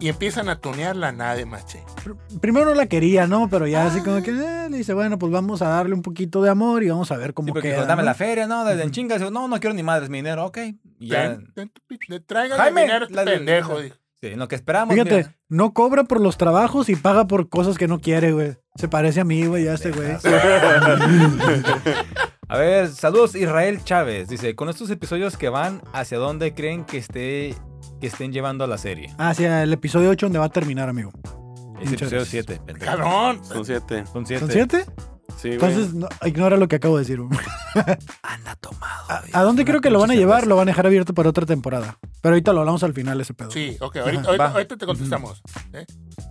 Y empiezan a tunear la nave, mache.
Pr- Primero no la quería, ¿no? Pero ya así como que eh, le dice, bueno, pues vamos a darle un poquito de amor y vamos a ver
Sí,
cómo
porque
queda.
dijo, dame
¿no?
la feria, no, desde en chingas. Dijo, No, no quiero ni madres, mi dinero, ok. Y ya.
Ten- ten tu pi- Le traigan
Jaime,
el dinero a este
la de-
pendejo. dijo.
Sí, en lo que esperamos.
Fíjate,
mira.
no cobra por los trabajos y paga por cosas que no quiere, güey. Se parece a mí, güey, ya este güey.
A ver, saludos Israel Chávez. Dice, con estos episodios que van, ¿hacia dónde creen que esté que estén llevando a la serie?
Hacia Ah, el episodio 8 donde va a terminar, amigo.
Es
Muchas
episodio
gracias.
7.
Cabrón.
Son siete.
Son 7.
¿Son siete?
Sí, güey.
Entonces, no, ignora lo que acabo de decir. güey.
Anda tomado.
¿A dónde creo que lo van a llevar? Lo van a dejar abierto para otra temporada. Pero ahorita lo hablamos al final, ese pedo.
Sí, ok,
Ajá,
ahorita,
va.
ahorita, ahorita te contestamos. ¿eh?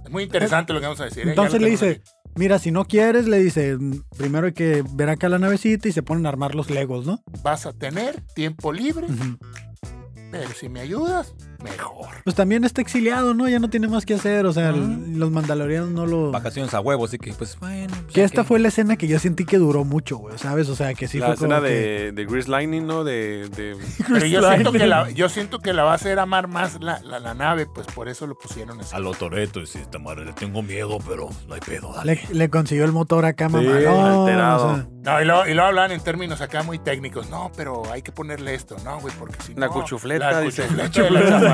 Es muy interesante lo que vamos a decir. ¿eh? Ya
Entonces
lo
le
tenemos
dice, mira, si no quieres, le dice, "mm, primero hay que ver acá la navecita y se ponen a armar los legos, ¿no?
aquí. Vas a tener tiempo libre,
Ujú.
pero si me ayudas, mejor.
Pues también está exiliado, ¿no? Ya no tiene más que hacer, o sea, el- los mandalorianos no lo...
Vacaciones a huevo, así que pues bueno. pues,
Que esta
ok.
fue la escena que yo sentí que duró mucho, güey, ¿sabes? O sea, que sí
la
fue
escena
como que-
de, de Grease Lightning, ¿no? De, de-
Pero yo
Lightning.
siento, que la, yo siento que la va a hacer amar más la, la, la nave, pues por eso lo pusieron así.
A lo Toreto, y sí, madre, le tengo miedo, pero no hay pedo, dale.
Le, le consiguió el motor acá, mamá.
alterado.
No, y luego, y luego hablan en términos acá muy técnicos. No, pero hay que ponerle esto, ¿no, güey? Porque si
La
no...
cuchufleta,
La
dice.
cuchufleta,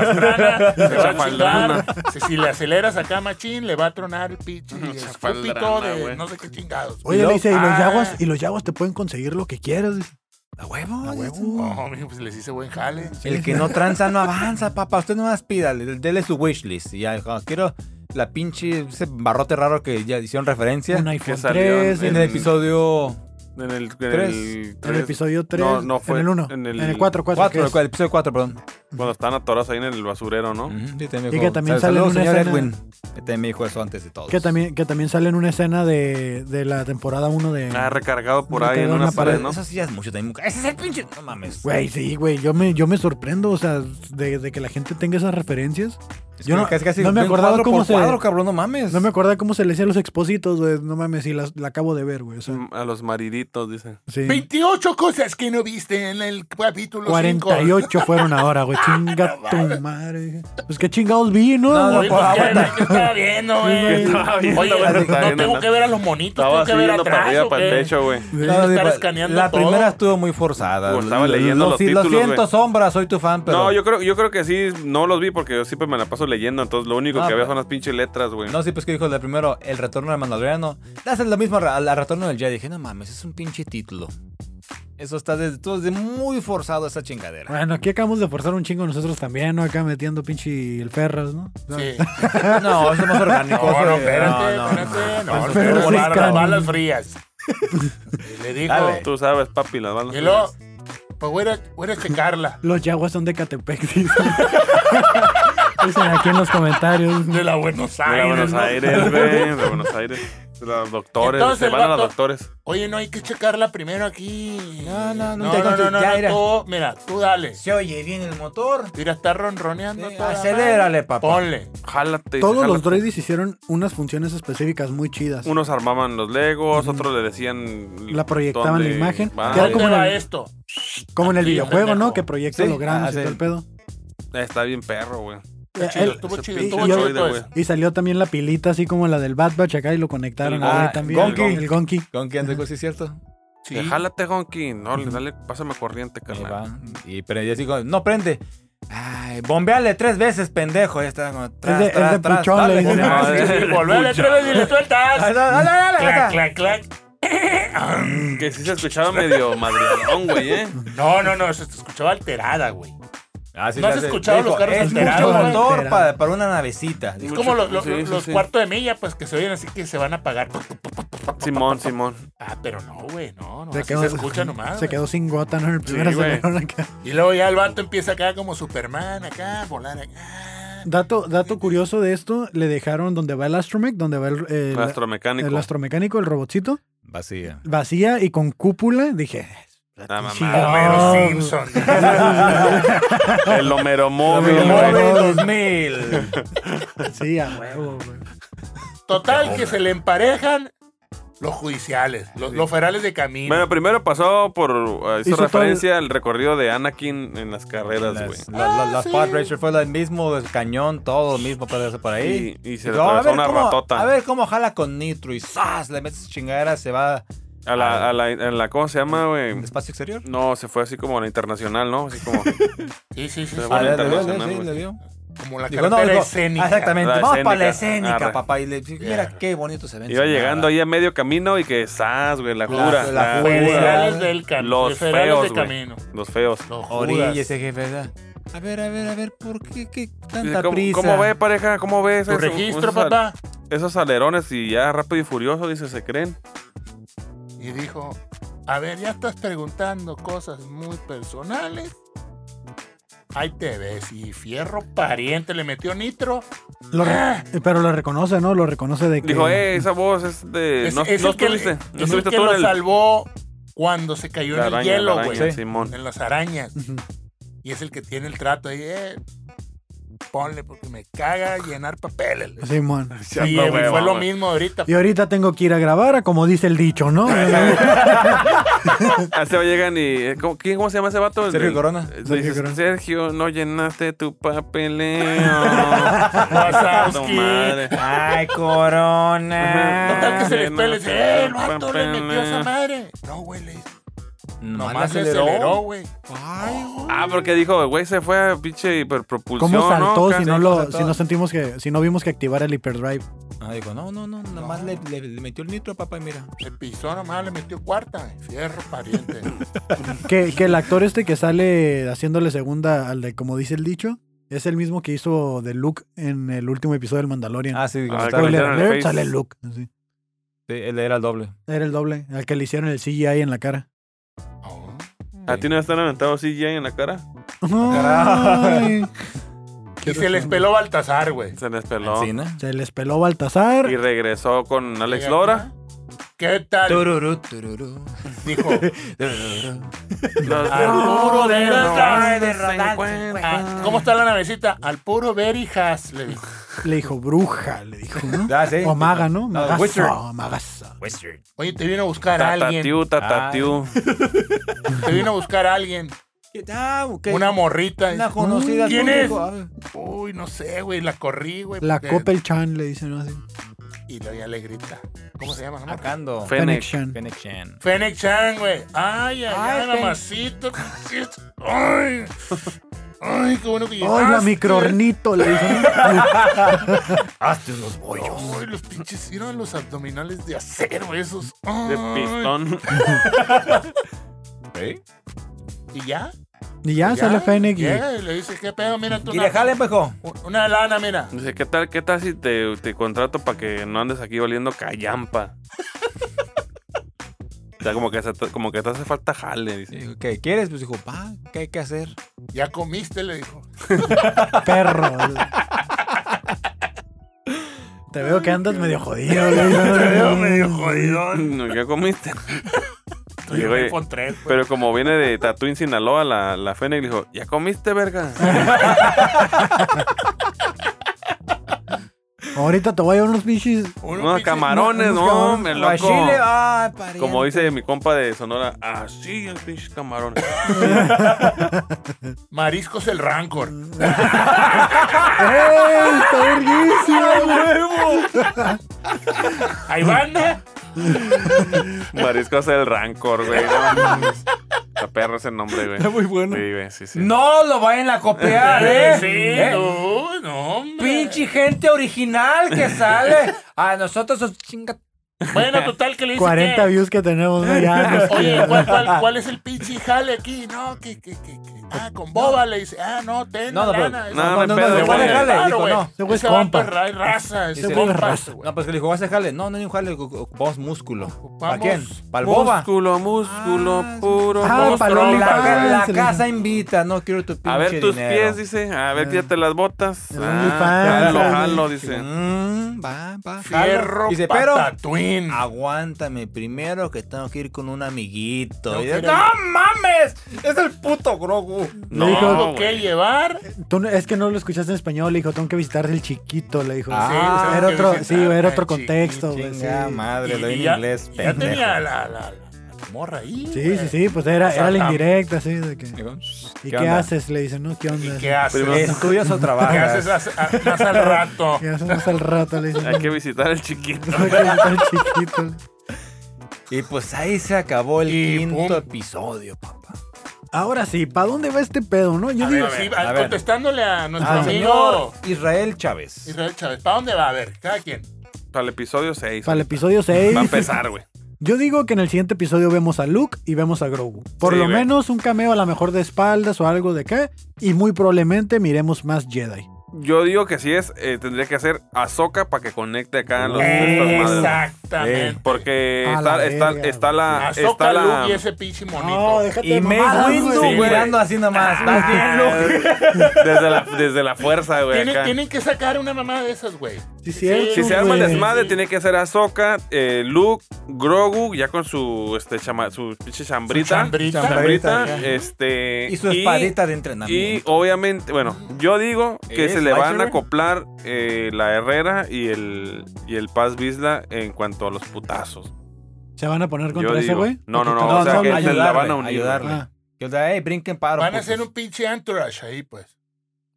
de la chamastrana, se va a
Chafaldana.
chingar. Si, si le aceleras acá, machín, le va a tronar el pinche escúpito
Chafaldrana,
de
güey.
no sé qué chingados.
Oye, le dice, y
Ah.
los yaguas, y los yaguas te pueden conseguir lo que quieras. dice.
A huevo,
A Ah, huevo.
dice.
No, mijo, pues les hice buen jale.
El que no tranza no avanza, papá. Usted no más pida, le- dele su wishlist. Y ya, ah, quiero la pinche ese barrote raro que ya hicieron referencia.
Un iPhone
salió
3,
en-
en el episodio
En el, en
Tres.
el
en el
tres,
episodio 3.
No, no fue
En el 1.
en
En
el
el 4, 4.
4, el episodio 4, perdón.
Cuando están atorados ahí en el basurero, ¿no?
Mm.
Ujú, sí, también
Y
me
que
dijo-
también
sal-
sale
saludos,
una
señor
escena-
Edwin. Que también me dijo eso antes de todo.
Que también, que también sale en una escena de, de la temporada 1 de.
Ah, recargado por
Me
ahí
quedó
en
en
una
la
pared,
pared.
¿no?
Eso sí ya es mucho también. Ese es el pinche. No mames.
Güey, sí, güey. Yo me, yo me sorprendo, o sea, de, de que la gente tenga esas referencias.
Es
yo no-
que
no me
ven
acordaba
cuadro
cómo
por
se-
cuadro, cabrón, no mames.
No me acordaba cómo se le decía a los expósitos, güey. No mames, sí, las- la, acabo de ver, güey. O sea,
Mm, A los mariditos, dice.
sí.
28 cosas que no viste en el capítulo 48.
48 fueron ahora, güey. Chinga tu madre. Pues qué chingados vi, ¿no?
No, no,
Oye, pues, ¿qué, ¿qué estaba viendo, güey?
¿Qué estaba viendo,
Oye,
güey?
no
Estaba viendo,
tengo
¿no?
que ver a los monitos,
Estaba
Pues
así
tengo que ver
viendo para
atrás.
arriba,
¿o
para el
qué?
techo, güey.
No,
estar
pa-
escaneando
la
todo.
primera estuvo muy forzada.
O estaba leyendo los
Lo
títulos,
siento,
güey.
sombra, soy tu fan, pero.
No, yo creo, yo creo que sí, no los vi porque yo siempre me la paso leyendo, entonces lo único
Ah,
que había
pero-
son las pinches letras, güey.
No, sí, pues que dijo el primero, el retorno del mandaloriano. Haces lo mismo al, al retorno del Jedi. Dije, no mames, es un pinche título. Eso está desde, todo desde muy forzado esa chingadera.
Bueno, aquí acabamos de forzar un chingo nosotros también, ¿no? Acá metiendo pinche el Ferras, ¿no?
Sí.
No, eso es más orgánico.
No,
eso-
no, espérate,
no, no,
espérate. No,
Pero
no,
sí
no, las
can-
balas frías. Y Le dijo,
Dale.
Tú sabes, papi, las balas.
y luego, pues voy a, ir a- voy a ir a checarla.
Los yaguas son de Catepec, dicen. Dicen aquí en los comentarios.
De la Buenos
De la
Aires.
Buenos
¿no?
Aires, güey. De Buenos Aires. De Los doctores.
Entonces,
se
el
van a los
vato-
doctores.
Oye, no hay que checarla primero aquí.
No, no, no,
no.
te
No, no,
contes-
no,
ya
no,
era.
tú, mira, tú dale.
Se oye bien el motor.
Mira, está ronroneando.
Sí,
toda
acelérale,
madre.
papá.
Ponle.
Jálate.
Todos los
jálate.
droides hicieron unas funciones específicas muy chidas.
Unos armaban los legos, otros le decían.
La proyectaban
dónde
la imagen.
van.
Queda
¿Dónde
como en
va
el-
esto?
Como en el
Sí,
videojuego,
pendejo.
¿no? Que proyecta
Sí,
hologramas y
ah,
todo
sí.
el pedo.
Está bien perro, güey.
Eh,
Chido,
él-
estuvo
ese
chido, pues.
pinche
estuvo
droide,
chido todo
güey.
eso.
y salió también la pilita, así como la del Bad Batch acá, y lo conectaron
El
ahí
Gon-
también.
Gonki.
El Gonki.
¿Con quién te sí es cierto?
Sí.
Eh, Jálate, Gonky. No, le dale, pásame corriente,
Ahí
carnal.
va. Y pero ya digo, no prende. Ay, bombeale tres veces, pendejo. Ya está como tras,
de- es
tras,
de
tras,
puchón,
dale,
le dicen.
dale,
Ah,
dale,
sí, sí,
Volvele
Pucha.
tres veces y le sueltas.
dale, dale,
Clac,
dale.
clac, clac.
Que sí se escuchaba medio madriadón, güey, ¿eh?
No, no, no, se te escuchaba alterada, güey.
Ah, sí,
¿No
le
has
hace-
escuchado
dijo,
los carros
Es mucho
alterados, güey?
motor
Alterado.
para, para una navecita.
Es
Mucho-
como los, los-
sí, sí,
los
sí.
cuartos de milla, pues que se oyen así que se van a apagar.
Simón, Simón.
Ah, pero no, güey, no, no.
Se
así
quedó-
se escucha nomás.
Se
güey.
quedó sin gota, ¿no? En el primer
Sí, güey.
acelerón acá.
Y luego ya el vato empieza acá como Superman, acá, a volar acá.
Dato, dato curioso de esto, le dejaron donde va el Astromech, donde va el, el-
Astromecánico.
el astromecánico, el robotcito,
Vacía.
vacía y con cúpula. Dije,
Ah, mamá.
chingado.
Homero
Ah.
Simpson.
El Homero Móvil,
Homero
güey.
Móvil.
2000.
sí, a huevo, güey.
Total, que se le emparejan los judiciales, los, los ferales de camino.
Bueno, primero pasó por. eh, hizo
Hizo
referencia al recorrido de Anakin en las carreras, güey.
Las, la- la- las Pod Racer fue el mismo el cañón, todo lo mismo para por ahí.
Y- y se le
Dijo, a
atravesó
ver
una
cómo-
ratota.
A ver cómo jala con nitro y ¡zas! Le metes chingadera, se va
A la, a la, a la- ¿Cómo se llama, güey?
al espacio exterior.
No, se fue así como a la internacional, ¿no? Así como.
sí, sí, sí.
Pero
sí.
bueno,
Ah, le dio, le dio,
internacional,
sí,
güey.
le dio.
Como la
Dijo, no,
carretera
dijo,
escénica.
Exactamente,
La
vamos para la
escénica.
escénica,
Arre.
papá. Y le dije, mira
Yeah.
qué bonito se ve.
Iba llegando ahí a medio camino y que ¡zas, güey! La jura.
la
la-
jura.
Federales del camino.
Los
federales
feos,
de
güey.
camino.
Los feos.
Los
Orilla
judas.
ese jefe, ¿verdad? A ver, a ver, a ver, ¿por qué, qué tanta
Dice, ¿Cómo,
prisa?
¿Cómo ve, pareja? ¿Cómo ve?
Tu
esos-
registro,
esos al-
papá.
Esos alerones y ya rápido y furioso, dice, se creen.
Y dijo, a ver, ya estás preguntando cosas muy personales. Ahí te ves. Y fierro pariente le metió nitro.
Lo re- pero lo reconoce, ¿no? Lo reconoce de que...
Dijo, eh, esa voz es de.
Es,
no
es
no
el que,
estuviste. No
es el
estuviste
que
tú
lo
en el.
salvó cuando se cayó
la
en el
araña, la
hielo,
araña,
güey.
Simón.
En las arañas.
Ujú.
Y es el que tiene el trato ahí. eh, ponle porque me caga llenar papeles.
Simón.
Ya
y
no,
eh,
güey,
fue lo
vamos.
mismo ahorita.
Y ahorita tengo que ir a grabar, a como dice el dicho, ¿no?
Así llegan y. eh, ¿cómo, quién- cómo se llama ese vato? El
Sergio
del-
Corona.
eh,
Sergio
dices,
Corona.
Sergio, no llenaste tu papeleo.
Wazowski.
Tu madre.
Ay, corona.
Total que se les
no,
pela y dice, ¡eh, el vato le
papá,
metió esa
no.
madre! No, güey, le
Nomás
nomás le aceleró, güey.
Ah, porque dijo, güey, se fue a pinche hiperpropulsión.
¿Cómo saltó
¿no?
si no
Casi-
lo,
saltó.
si no sentimos que, si no vimos que activar el hiperdrive?
Ah, dijo, no, no, no, nomás le, le- le metió el nitro, papá, y mira.
Se pisó nomás, le metió cuarta. Fierro, pariente.
Que, que el actor este que sale haciéndole segunda al de como dice el dicho, Es el mismo que hizo de Luke en el último episodio del Mandalorian.
Ah, sí, que
Ah,
estaba-
claro.
Spoiler
comentaron en el
alert,
Face.
sale Luke. Así.
sí, él era el doble.
Era el doble, al que le hicieron el CGI en la cara.
Oh.
¿A ti no te han aventado CGI en la cara?
Ay.
Y se les peló Baltasar, güey.
Se les peló.
Encina.
Se les peló
Y
Baltasar.
regresó con Alex Lora.
¿Qué tal?
Tururú, tururú,
Dijo.
tururú.
Los
Al puro de robar, de robar,
encuentran.
"Ah, ¿Cómo está la navecita? Al puro Berijas, le dijo.
Le dijo bruja, le dijo, ¿no?
Ah, sí.
O maga, ¿no?
No, Wizard.
Magaza, magaza.
Wizard.
Oye, te vino a buscar a alguien.
Tatatiu, tatatiu.
Te vino a buscar a alguien. Una morrita.
Ah, Una Ah, conocida.
¿Quién
tuya,
es?
dijo, "Ah, a ver.
Uy, no sé, güey. La corrí, güey.
La
porque-
Coppel Chan le dicen ¿no? así.
Y luego ya le grita. ¿Cómo se llama? Acá.
Acando.
Fennec.
Fennec Chan.
Fennec Chan.
Fennec Chan, güey. Ay, ay, ay, mamacito. Ay, ay, qué bueno que llegaste.
Oiga, microornito, le dicen.
Hazte unos bollos.
Ay, los pinches, eran los abdominales de acero esos. Ay.
De pistón.
Y ya.
Y ya sale Fennec y
Llega y le dice, ¿qué pedo? Mira, tú
Y
una,
déjale, pejo.
una lana, mira.
Dice, ¿qué tal, qué tal si te, te contrato para que no andes aquí oliendo callampa? O sea, como que, se- como que te hace falta jale, dice.
Dijo, ¿Qué quieres? Pues dijo, pa, ¿qué hay que hacer?
Ya comiste, le dijo.
perro. Te veo que andas medio jodido. le dicen.
No, ¿Qué comiste?
Estoy
Oye,
en iPhone 3, güey.
Pero como viene de Tatuín, Sinaloa, la, la Fennec dijo, ¿ya comiste, verga?
Ahorita te voy a dar unos bichis.
Unos
Unos
pinches-
camarones,
unos
no,
camarones.
hombre,
A
loco.
Chile, ah, pariente.
Como dice mi compa de Sonora, así el pinche camarón.
Mariscos el Rancor.
Mm. ¡Ey! ¡Está verguísimo!
Ahí banda.
Marisco hace el rancor, güey. No mames. Está perro ese nombre, güey.
Está muy bueno.
Sí, güey, sí, sí.
No lo vayan a copiar, ¿eh?
Sí,
¿Eh?
no, no, hombre.
Pinche gente original que sale. A nosotros os chinga.
Bueno, total, que le dice
40
que...
views que tenemos, ¿no? Ya, nos
Oye,
quieren.
¿cuál, cuál, cuál es el pinche jale aquí? No, que, que, que, que- Ah, con boba le dice, ah, no, ten
No, no, pero-
lana.
no, no hay
no,
pedo,
se
güey.
vale
Jale,
claro,
dijo,
güey.
no,
ese güey es
Ese vato
compa.
es ra- raza, ese
Dice,
güey es
"Compa".
raza, güey.
No, pues que le dijo, vas a jale. No, no hay un jale, ocupamos músculo. ¿Para
Ocupamos
quién? ¿Para el boba?
Músculo, músculo,
Ah,
puro.
Ah,
monstruo.
para el OnlyFans.
La, la
se le-
casa invita, no quiero tu pinche
A ver tus
dinero.
pies, dice. A ver, quítate las botas.
El
Ah,
OnlyFans,
jalo,
ah,
jalo,
sí.
dice.
Mm, va, va.
Fierro
Dice, pero Ah,
patatúin.
aguántame primero que tengo que ir con un amiguito.
No
Y de-
quiero-
mames! Es el puto Grogu.
No,
Tengo
güey.
que llevar.
Tú no- es que no lo escuchaste en español, le dijo, tengo que visitar el chiquito, le dijo.
Ah,
era
tengo que "Ah,
otro, sí,
visitar
era
al
otro contexto, güey. Sí.
Chinga madre, lo doy en
ya-
inglés,
y Ya
pendejo.
tenía la, la, la- la morra ahí.
Sí,
güey.
sí, sí, pues era, era la
Exactamente.
indirecta, sí, de que.
Digo,
¿Y qué,
onda?
haces? Le dicen, ¿no? ¿Qué onda?
¿Y qué haces?
¿Estudias o trabajas?
¿Qué haces as- a- más al rato?
¿Qué haces más al rato? Le dicen.
Hay que visitar al chiquito.
Tengo que visitar al chiquito.
Y pues ahí se acabó el
Y
quinto
pum.
episodio, papá.
Ahora sí, ¿para dónde va este pedo, no? Yo
A
digo,
ver, Ah, sí,
a
a-
ver.
contestándole a nuestro
Al señor
amigo
Israel Chávez.
Israel Chávez. ¿Para dónde va? A ver, cada quien.
Para el episodio 6.
para el episodio
Va a
6,
empezar, güey.
yo digo que en el siguiente episodio vemos a Luke y vemos a Grogu. Por
Sí,
lo
güey.
menos un cameo a la mejor de espaldas o algo de acá. Y muy probablemente miremos más Jedi.
Yo digo que si es, eh, tendría que hacer Azoka para que conecte acá a los estas madres.
Eh, Exactamente.
Porque
A
está,
la
está,
verga,
está la.
Azoka
Eh, ah, está la.
Luke y ese pinche monito.
déjate
Y Mace Windu
güey. Ah,
mirando así nomás. Más
Ah,
bien, Luke.
eh,
desde, la, desde la fuerza, güey.
Tienen,
acá.
tienen que sacar una mamá de esas, güey.
Sí, cierto,
Si se arma el
güey.
desmadre, tiene que ser Ahsoka, eh, Luke, Grogu, ya con su este chama, su pinche chambrita.
chambrita.
chambrita,
Chambrita, ya.
este.
Y su espadita de entrenamiento.
Y obviamente, bueno, yo digo que
¿Es
se le van
Lightsaber?
a acoplar eh, la Herrera y el, y el Paz Vizla en cuanto a los putazos.
¿Se van a poner
Yo
contra ese
digo.
güey?
No, no, no,
Porque
o sea,
todos
que
son-
se la van a
ayudarle,
unir.
ayudarle.
Ah,
Que os da, "Ey, brinquen paro.
Van a
putos".
hacer un pinche entourage ahí, pues.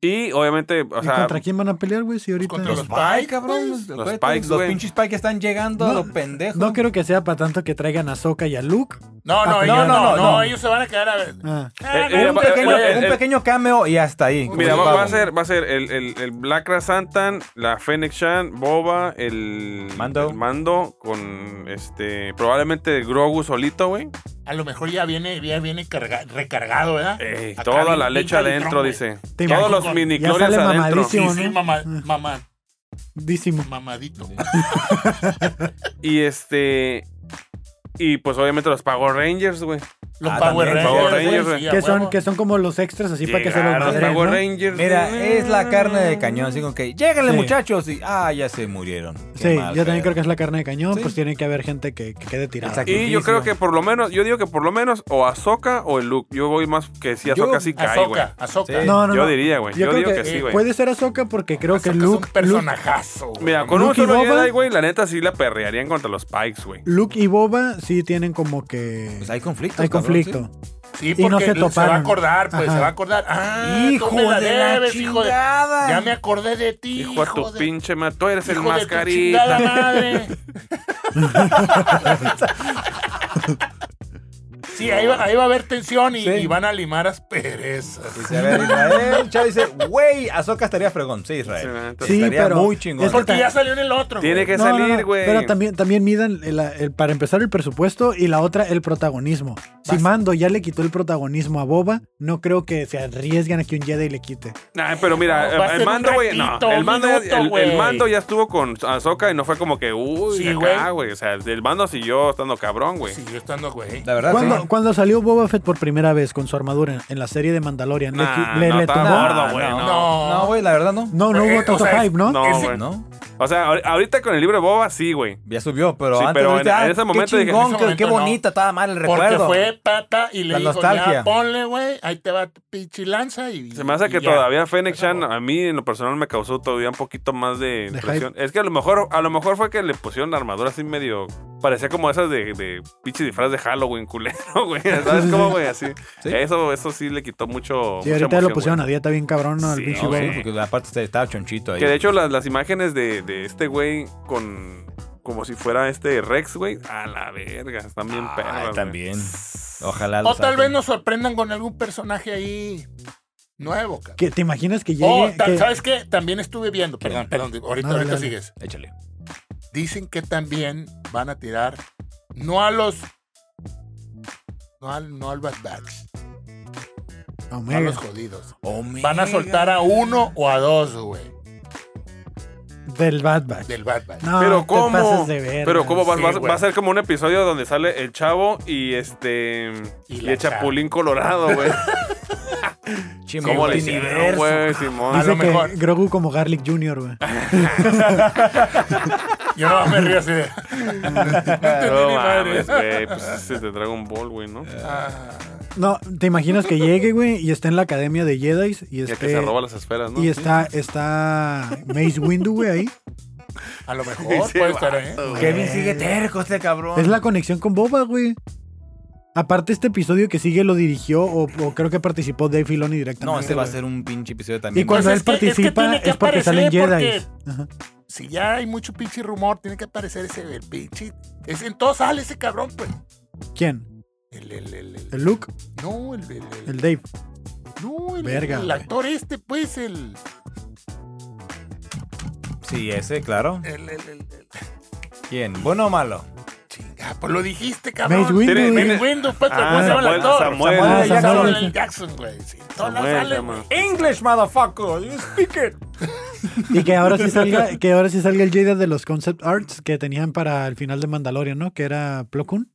Y obviamente, o
¿Y
sea,
contra quién van a pelear, güey? Si ahorita...
contra
Los
los
Pike,
Pikes,
cabrón.
pues.
Los
Acuérdate,
Pikes,
Los
güey.
pinches Pike están llegando a
No,
los pendejos.
No creo que sea para tanto que traigan a Soka y a Luke,
No, no,
Ah,
ellos no, no, no,
no.
ellos se van a quedar a ver.
Ah,
Ah,
Eh, eh,
no,
Un
va-
pequeño,
eh,
un
eh,
pequeño cameo y hasta ahí. como
Mira,
si
va,
fuera
va a ser, va a ser el, el, el Black Rat Santan, la Fennec Shan, Boba, el
Mando.
el Mando con este. Probablemente Grogu solito, güey.
A lo mejor ya viene, ya viene carga- recargado, ¿verdad?
Ey,
Eh, Acá
toda
bien
la leche
pinta el
adentro,
tronco,
dice.
Te
Todos
imagino-
los mini
ya sale
adentro.
mamadísimo.
Sí,
¿no?
sí, mamá,
Ah.
mamá,
dísimo.
mamadito.
Y este. Y pues obviamente los Power Rangers, güey.
Los
Ah,
Power
también,
Rangers.
Power
güey,
Rangers,
sí,
güey.
a
Que son,
huevo.
que son como los extras así para que se los
Llegaron los
madren,
Power
¿no?
Rangers.
Mira,
güey.
es la carne de cañón, así como que lléganle
Sí.
muchachos y ah, ya se murieron. Qué
Sí,
mal
yo también
pedo.
creo que es la carne de cañón,
Sí.
pues tiene que haber gente que, que quede tirada.
Exacto.
Y yo
Sacrificio.
creo que por lo menos, yo digo que por lo menos o Azoka o el Luke. Yo voy más que si Azoka
Yo-
sí cae, güey.
Azoka, Azoka.
Sí.
No, no,
Yo
no.
diría, güey. Yo,
Yo creo
digo que,
que,
sí,
eh,
güey.
Puede ser Ahsoka porque creo que Luke,
Azoka es un
Luke,
personajazo. güey.
Mira, con un
Luke y
solo
Boba.
Jedi, güey, la neta sí la perrearían contra los Pikes, güey.
Luke y Boba sí tienen como que
Pues hay conflicto.
hay conflicto.
Sí,
Y no
porque
se
se, va a
toparon.
acordar, pues,
Ajá.
se va a acordar. Ah, hijo
Hijo
tú me la
de la
debes, hijo de...
chingada.
Ya me acordé de ti,
Hijo a tu
de-
pinche madre. Tú eres el
hijo de tu
mascarita.
chingada madre. sí, ahí va, ahí va a haber tensión y,
Sí.
y van a limar asperezas.
Dice, a ver, Israel, Chavo dice, güey, Azoka estaría fregón. Sí,
Sí, la
Israel.
neta,
Sí,
estaría
pero
muy chingón.
es que
Porque ya salió en el otro.
Tiene
güey.
que
No, no, no,
salir, güey.
Pero también, también midan el- el- para empezar el presupuesto y la otra el protagonismo. Si Mando ya le quitó el protagonismo a Boba, no creo que se arriesguen a que un Jedi le quite.
Nah, pero mira,
No, va a
el
ser
mando,
un
güey. No,
ratito,
el
un
mando,
minuto,
ya, el- el,
güey.
mando ya estuvo con Azoka y no fue como que, uy,
Sí,
acá, güey. O sea, el mando siguió estando cabrón, güey.
Sí, yo estando, güey.
La verdad,
Cuando,
Ah, sí.
cuando salió Boba Fett por primera vez con su armadura en la serie de Mandalorian, le
Nah,
qui- le,
no,
le Ah,
está
tumbó-
gordo, güey, no.
No, güey, la verdad no.
No, no
Pues,
hubo
eh,
tanto
o sea,
hype, ¿no?
No,
Ese-
güey.
No.
O sea, ahor- ahorita con el libro de Boba, sí, güey.
Ya subió, pero
Sí,
antes
pero
ahorita,
en- en
ah,
ese momento
qué
dije-
chingón,
En ese
qué- qué
momento no.
bonita, estaba mal el
Porque
recuerdo.
fue pata y le
La
dijo,
nostalgia.
ya, ponle, güey, ahí te va tu pinche lanza y...
Se me hace
y
que
ya.
todavía Fennec Chan a mí en lo personal me causó todavía un poquito más de
De
impresión. Es que a lo mejor a lo mejor fue que le pusieron la armadura así medio parecía como esas de, de pinche disfraz de Halloween culero, güey. ¿Sabes cómo, güey? Así.
Sí.
Eso eso sí le quitó mucho mucha
Sí, ahorita
emoción,
lo pusieron
güey.
a dieta bien cabrón ¿no? al
Sí,
pinche
No,
güey.
Boba.
sí, porque aparte estaba chonchito ahí.
Que de hecho las, las imágenes de, de este güey con como si fuera este Rex, güey. A la verga, están bien
Ah,
perras, güey.
también. Ojalá lo
O tal
saquen.
vez nos sorprendan con algún personaje ahí nuevo, cabrón.
Que te imaginas que llegue.
Oh, ta-
que-
¿sabes qué? También estuve viendo, perdón, perdón, ahorita,
No,
ahorita
dale, dale.
sigues.
Échale.
Dicen que también van a tirar, no a los, no al, no al Bad Batch, no a
Omega.
los jodidos.
Oh,
Van a soltar a uno o a dos, güey,
Del Bad Batch.
del Bad Batch.
No,
Pero
Ah, te
cómo,
pases de verga.
Pero cómo va,
Sí,
va-
güey.
va a ser como un episodio donde sale el chavo y este
Y
y,
la
el chapulín colorado, güey.
Chimbo,
¿Cómo le
tiene-
hicieron, güey, Simón?
A
Dice
lo
que
mejor.
Grogu como Garlic Jr., güey.
Yo no me río así de...
No
ni madre.
mames, güey. Pues ese es de Dragon Ball, güey, ¿no?
Ah,
No, te imaginas que llegue, güey, y está en la academia de Jedi y
Y el
este
que se roba las esferas, ¿no?
y está está Mace Windu, güey, ahí.
a lo mejor puede estar, ¿eh?
Kevin sigue terco este cabrón.
Es la conexión con Boba, güey. Aparte este episodio que sigue lo dirigió o, o creo que participó Dave Filoni directamente.
No, ese va a
güey.
ser un pinche episodio
Y
también.
cuando él
Pues es que- es que
participa
tiene
es,
que
porque salen Jedi.
aparecer Si ya hay mucho pinche rumor, tiene que aparecer ese el pinche... Ese, en todo sale ese cabrón, pues.
¿Quién?
El, el, el, el-
El Luke,
no, el- el- el
el Dave.
No, el,
Verga,
el
güey.
actor este, pues, el.
Sí, ese, claro.
el, el, el- el-
¿Quién? ¿Bueno o malo?
chinga, pues lo dijiste, cabrón.
Mace
Tiene-
Windu. güey.
tiene-
Mace Windu, pues, pero
Ah,
¿cómo se llama el
Samuel-
actor?
Samuel.
Ah,
Jackson,
Samuel.
Samuel L. Jackson, güey. Sí, todo
Samuel,
sale, eh,
llama.
güey.
English, motherfucker. You speak it.
Y que ahora sí salga, que ahora sí salga el Jedi de los concept arts que tenían para el final de Mandalorian, ¿no? Que era Plo Koon.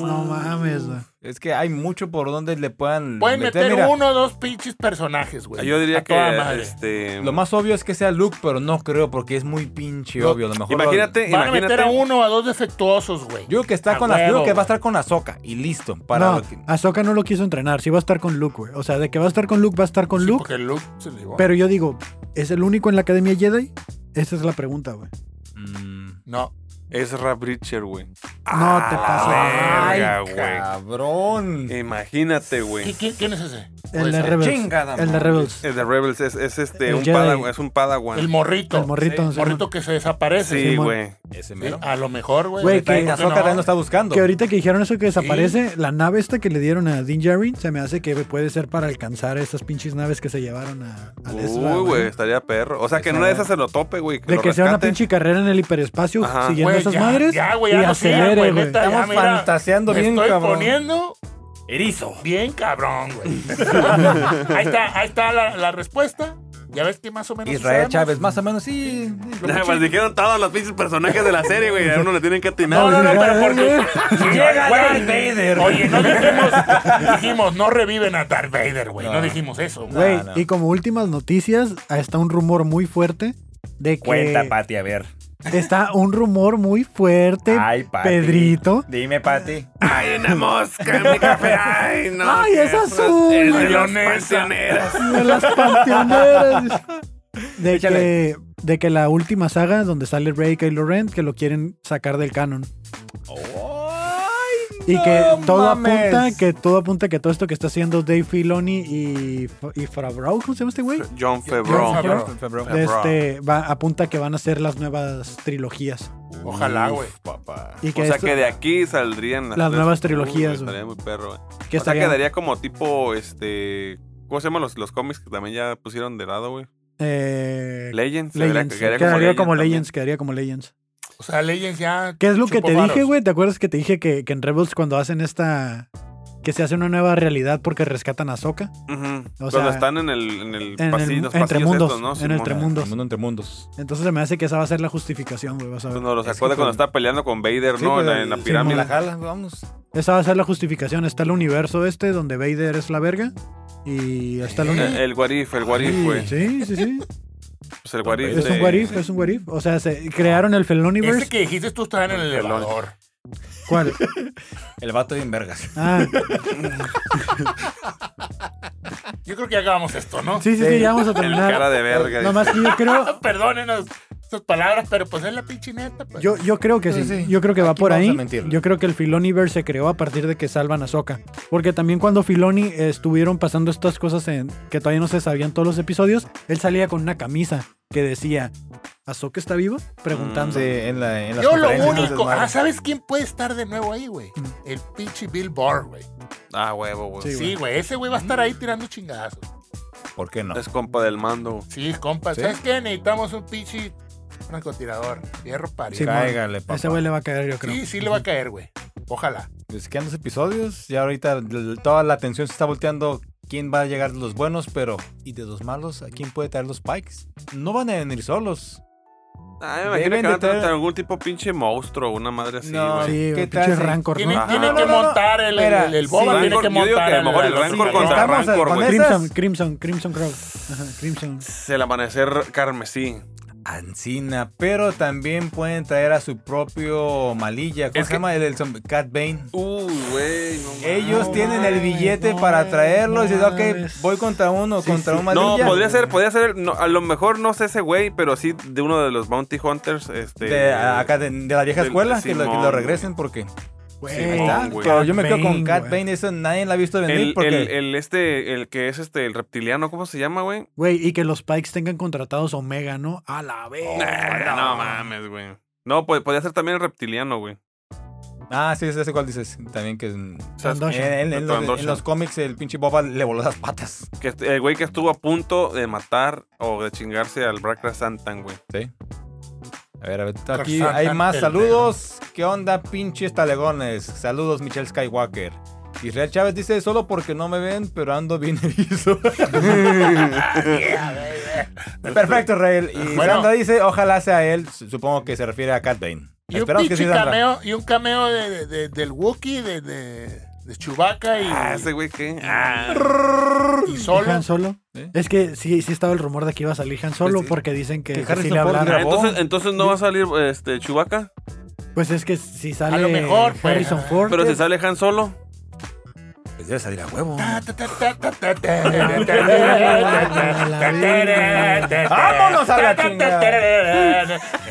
No mames, güey.
Es que hay mucho por donde le puedan
Pueden meter
Mira,
uno o dos pinches personajes, güey.
Ah, Yo diría
A toda
que
madre.
este
Lo más obvio es que sea Luke, pero no creo porque es muy pinche
No.
obvio. A lo mejor lo-
Imagínate,
Van a meter a
imagínate.
uno o a dos defectuosos, güey.
Yo creo que está
A
con la, yo
huevo,
creo que va
güey.
a estar con Azoka y listo. Para
no,
lo que-
Ahsoka no lo quiso entrenar, sí va a estar con Luke, güey. O sea, de que va a estar con Luke, va a estar con
Sí,
Luke.
Porque Luke se le llevó.
Pero yo digo, ¿es el único en la Academia Jedi? Esa es la pregunta, güey.
Mm.
No.
Es Bridger, güey.
No te pases.
verga,
Ay,
güey.
cabrón.
Imagínate,
¿Qui-
güey.
qui- ¿Quién es ese?
El
pues,
de
eh,
Rebels.
chingada
el de
madre.
Rebels.
El de Rebels es, es este,
El
un
Jedi.
padawan, es un padawan.
El morrito.
El morrito.
El
sí,
morrito que se desaparece.
sí,
Simón.
güey.
Sí,
Ese mero.
a lo mejor, güey.
Güey,
le
que-
traigo,
Ahsoka también lo está buscando.
Que ahorita que dijeron eso que desaparece, la nave esta que le dieron a Din Djarin se me hace que puede ser para alcanzar esas pinches naves que se llevaron a, a Ezra,
Uy, güey, estaría perro. O sea, que en una de esas se lo tope, güey. Que
De
lo
que sea una
rescate.
pinche carrera en el hiperespacio
Ajá.
siguiendo
Güey,
esas
ya,
madres
ya, güey,
y
ya no sigan,
acelere,
güey,
güey.
neta. Ya,
Estamos
mira,
fantaseando
Me
bien,
estoy
cabrón.
poniendo
Erizo.
bien cabrón, güey. ahí está, ahí está la, la respuesta. Ya ves que más o menos.
Israel
Pues,
sabemos.
Chávez, Pues más o menos, sí.
Nada más dijeron todos los pinches personajes de la serie, güey. A uno le tienen que atinar.
No, no, no, pero porque.
Llega
Güey,
Darth Vader.
Oye, no dijimos, dijimos, no reviven a Darth Vader, güey. No, dijimos eso, güey.
Güey,
Ah, no.
y como últimas noticias, ahí está un rumor muy fuerte de que
Cuenta, Pati, a ver.
está un rumor muy fuerte,
Ay, Pati.
Pedrito.
Dime, Pati.
Ay, una mosca en mi café. Ay, no.
Ay,
que
es azul.
Es de los
Mayonesa.
pensioneros.
De las panteoneras. De
Échale.
que, de que la última saga donde sale Rey y Kylo Ren, que lo quieren sacar del canon. Y que todo apunta, que todo apunta que todo esto que está haciendo Dave Filoni y, y Favreau, ¿cómo se llama este güey?
John Febron.
Favreau.
Febrón.
Favreau.
Este, va, apunta que van a ser las nuevas trilogías.
Ojalá, güey.
Papá.
Y que,
O sea,
esto-
que de aquí saldrían
Las
tres-
nuevas
Uy,
trilogías, güey.
Estaría muy perro, güey.
que
o sea,
estarían,
quedaría como tipo, este... ¿Cómo se llaman los, los cómics que también ya pusieron de lado, güey?
eh,
Legends.
Legends. Quedaría, como Legends, quedaría como Legends.
O sea, Legends ya.
¿Qué es lo que
chupó
te
varos.
dije, güey? ¿Te acuerdas que te dije que, que en Rebels cuando hacen esta... Que se hace una nueva realidad porque rescatan a Ahsoka?
Ujú.
O
Cuando
sea,
están en el, en el,
en el
pasillo, los
entre
pasillos
mundos,
estos, ¿no?
en el
Simón.
entre mundos.
El mundo entre mundos.
Entonces se me hace que esa va a ser la justificación, güey. Vas a ver.
Pues nos los
Es que
acuerda cuando
con-
está peleando con Vader,
Sí,
¿no? En
pues,
la, en la
sí,
pirámide.
la jala, vamos.
Esa va a ser la justificación. Está el universo este donde Vader es la verga. Y está el
el,
universo.
Eh, el Guarif, el Guarif, güey.
Sí, sí, sí.
Pues el Guarif.
Es un
de-
what if, es un what if. O sea, se crearon el Feloniverse.
Ese Este que dijiste tú estaba en el elevador.
¿Cuál?
El vato bien vergas.
Ah,
Yo creo que acabamos esto, ¿no?
sí, sí, sí, ya vamos a
El
terminar.
cara de verga. dice.
Nomás que yo creo,
Perdónenos sus palabras, pero pues es la pinche neta. pues.
yo, yo creo que sí.
Sí, sí.
Yo creo que va
Aquí
por
vamos
ahí.
a mentirle.
Yo creo que el Filoniverse se creó a partir de que salvan a Soca. Porque también cuando Filoni eh, estuvieron pasando estas cosas en que todavía no se sabían todos los episodios, él salía con una camisa que decía, ¿Azoka está viva? Preguntando.
Mm, Sí, en la, en las
Yo lo
conferencias,
único.
madre.
Ah, ¿sabes quién puede estar de nuevo ahí, güey? El pinche Bill Barr, güey.
Ah, huevo, güey.
Sí,
Sí, güey. Ese güey va a estar ahí tirando chingazos.
¿Por qué no?
Es compa del mando.
Sí, compa.
Sí.
¿Sabes qué? Necesitamos un pinche francotirador. Hierro
Sí,
parido.
ma.
Cáigale, papá.
Ese güey le va a caer, yo creo.
Sí, sí le va a caer, güey. Ojalá.
Pues quedan dos episodios. Ya ahorita l- toda la atención se está volteando. ¿Quién va a llegar de los buenos? Pero, ¿y de los malos? ¿A quién puede traer los Pikes? No van a venir solos.
Ah, me imagino
Deben
que van
de
a tratar
tener-
algún tipo pinche monstruo, una madre así,
No,
güey.
Sí,
¿Qué
güey,
tal
pinche
si-
rancor, ¿no?
Tiene,
Ajá.
tiene
No, no,
que
no, no.
montar el,
Mira,
el, el boba,
Rancor-
tiene que
yo digo
montar.
que a lo mejor el
el-
Rancor
sí,
contra
contamos
Rancor,
con
güey.
ese-
Crimson,
esas-
Crimson, Crimson Crow. Ajá, Crimson.
El amanecer carmesí.
Ancina, pero también pueden traer a su propio malilla. ¿Cómo
Es
se
que-
llama? El, el zombi- Cat Bane.
Uy, güey. no mames.
Ellos tienen el
mames,
billete
no
para
mames,
traerlos. y
no
dicen, ok,
mames.
voy contra uno,
Sí,
contra
sí.
un
No,
malilla.
podría ser, podría ser, no, a lo mejor no sé ese güey, pero sí de uno de los Bounty Hunters, este...
De, acá de, de la vieja
del-
escuela,
de
que, lo, que
Simón,
lo
güey.
regresen porque
Güey,
Sí,
ahí está.
güey.
Pero yo me quedo con
Bane,
Cat
güey.
Bane, eso nadie la ha visto venir
El,
porque
el, el este, el que es este, el reptiliano, ¿cómo se llama, güey?
Güey, y que los Pikes tengan contratados Omega, ¿no? A la vez.
no. mames, güey. No, pues podría ser también el reptiliano, güey.
Ah, sí, ese cual dices. También que. En, en- en los,
Andosha.
en los cómics, el pinche Boba le voló las patas.
Que est- el güey que estuvo a punto de matar o de chingarse al Black Santan, güey.
Sí. A ver, a ver. Aquí
Tarzán,
hay más
el
saludos. ¿Qué onda, pinches talegones? Saludos, Michelle Skywalker. Israel Chávez dice: Solo porque no me ven, pero ando bien erizo. Perfecto, Israel. Y
Bueno.
Sandra dice: Ojalá sea él. S- Supongo que se refiere a Cat Bane.
Y un
Esperamos que sí,
pinche
Sandra.
cameo, y un cameo de, de- de- del Wookiee, de, de, de Chewbacca y,
Ah, ese güey qué. Ah.
y
¿Y
Solo.
Han Solo.
¿Eh?
Es que sí, sí estaba el rumor de que iba a salir Han Solo
Pues sí.
porque dicen que,
Que
que sí
Harrison
le
Ford
hablaron.
grabó.
Ah, Entonces, entonces no va a salir este Chewbacca,
Pues es que si sale
lo mejor, pues.
Harrison Ford.
pero si sale Han Solo.
Pues debe salir a huevo.
Ta, ta, ta, ta, ta, ta, ta, ta, ta, ta, ta.
Vámonos a la chingada.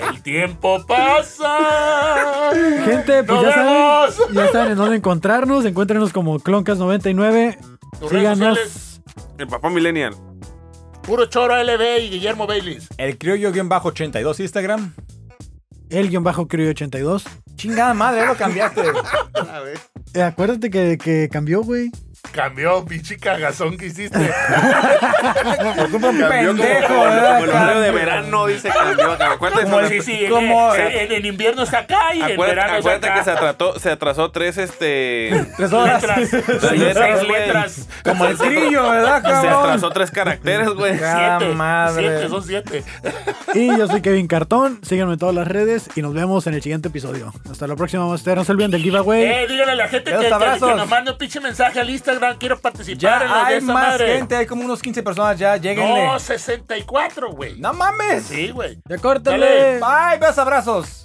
El tiempo pasa.
Gente, pues
¡Nos
ya
vemos!
saben, ya saben en dónde encontrarnos. Encuéntrenos como Cloncas99.
Tus redes
Síganos
sociales.
El papá millennial.
Puro Choro LB y Guillermo Baileys.
El criollo-82 Instagram.
El guión bajo Creo 82.
Chingada madre, lo cambiaste.
A ver.
Eh, acuérdate que, que cambió, güey.
Cambió, pinche cagazón que hiciste.
Cambió como-
pendejo,
como
¿verdad?
el horario de verano, dice, cambió. Acuérdate,
Como si sí, en,
como-
en- en el invierno está acá y en
acuérdate-
verano está
acuérdate que se
acá.
atrasó, se atrasó tres, este...
Tres horas.
Letras.
Las letras,
Seis
güey.
letras.
Como el grillo, ¿verdad,
Se atrasó
cabrón?
tres caracteres, güey.
Ah,
Siete.
madre.
siete, son siete.
Y yo soy Kevin Cartón. Síganme en todas las redes y nos vemos en el siguiente episodio. Hasta la próxima, Master. No se olviden del giveaway.
Eh, díganle a la gente que,
Esos
que, que
abrazos.
nos mande un pinche mensaje al Instagram. Quiero participar en la
Ya
de
hay
esa
más
madre.
gente, hay como unos 15 personas ya, lléguenle.
No, 64, güey.
¡No mames!
Sí, güey.
Ya córtale.
Dale.
Bye, besos, abrazos.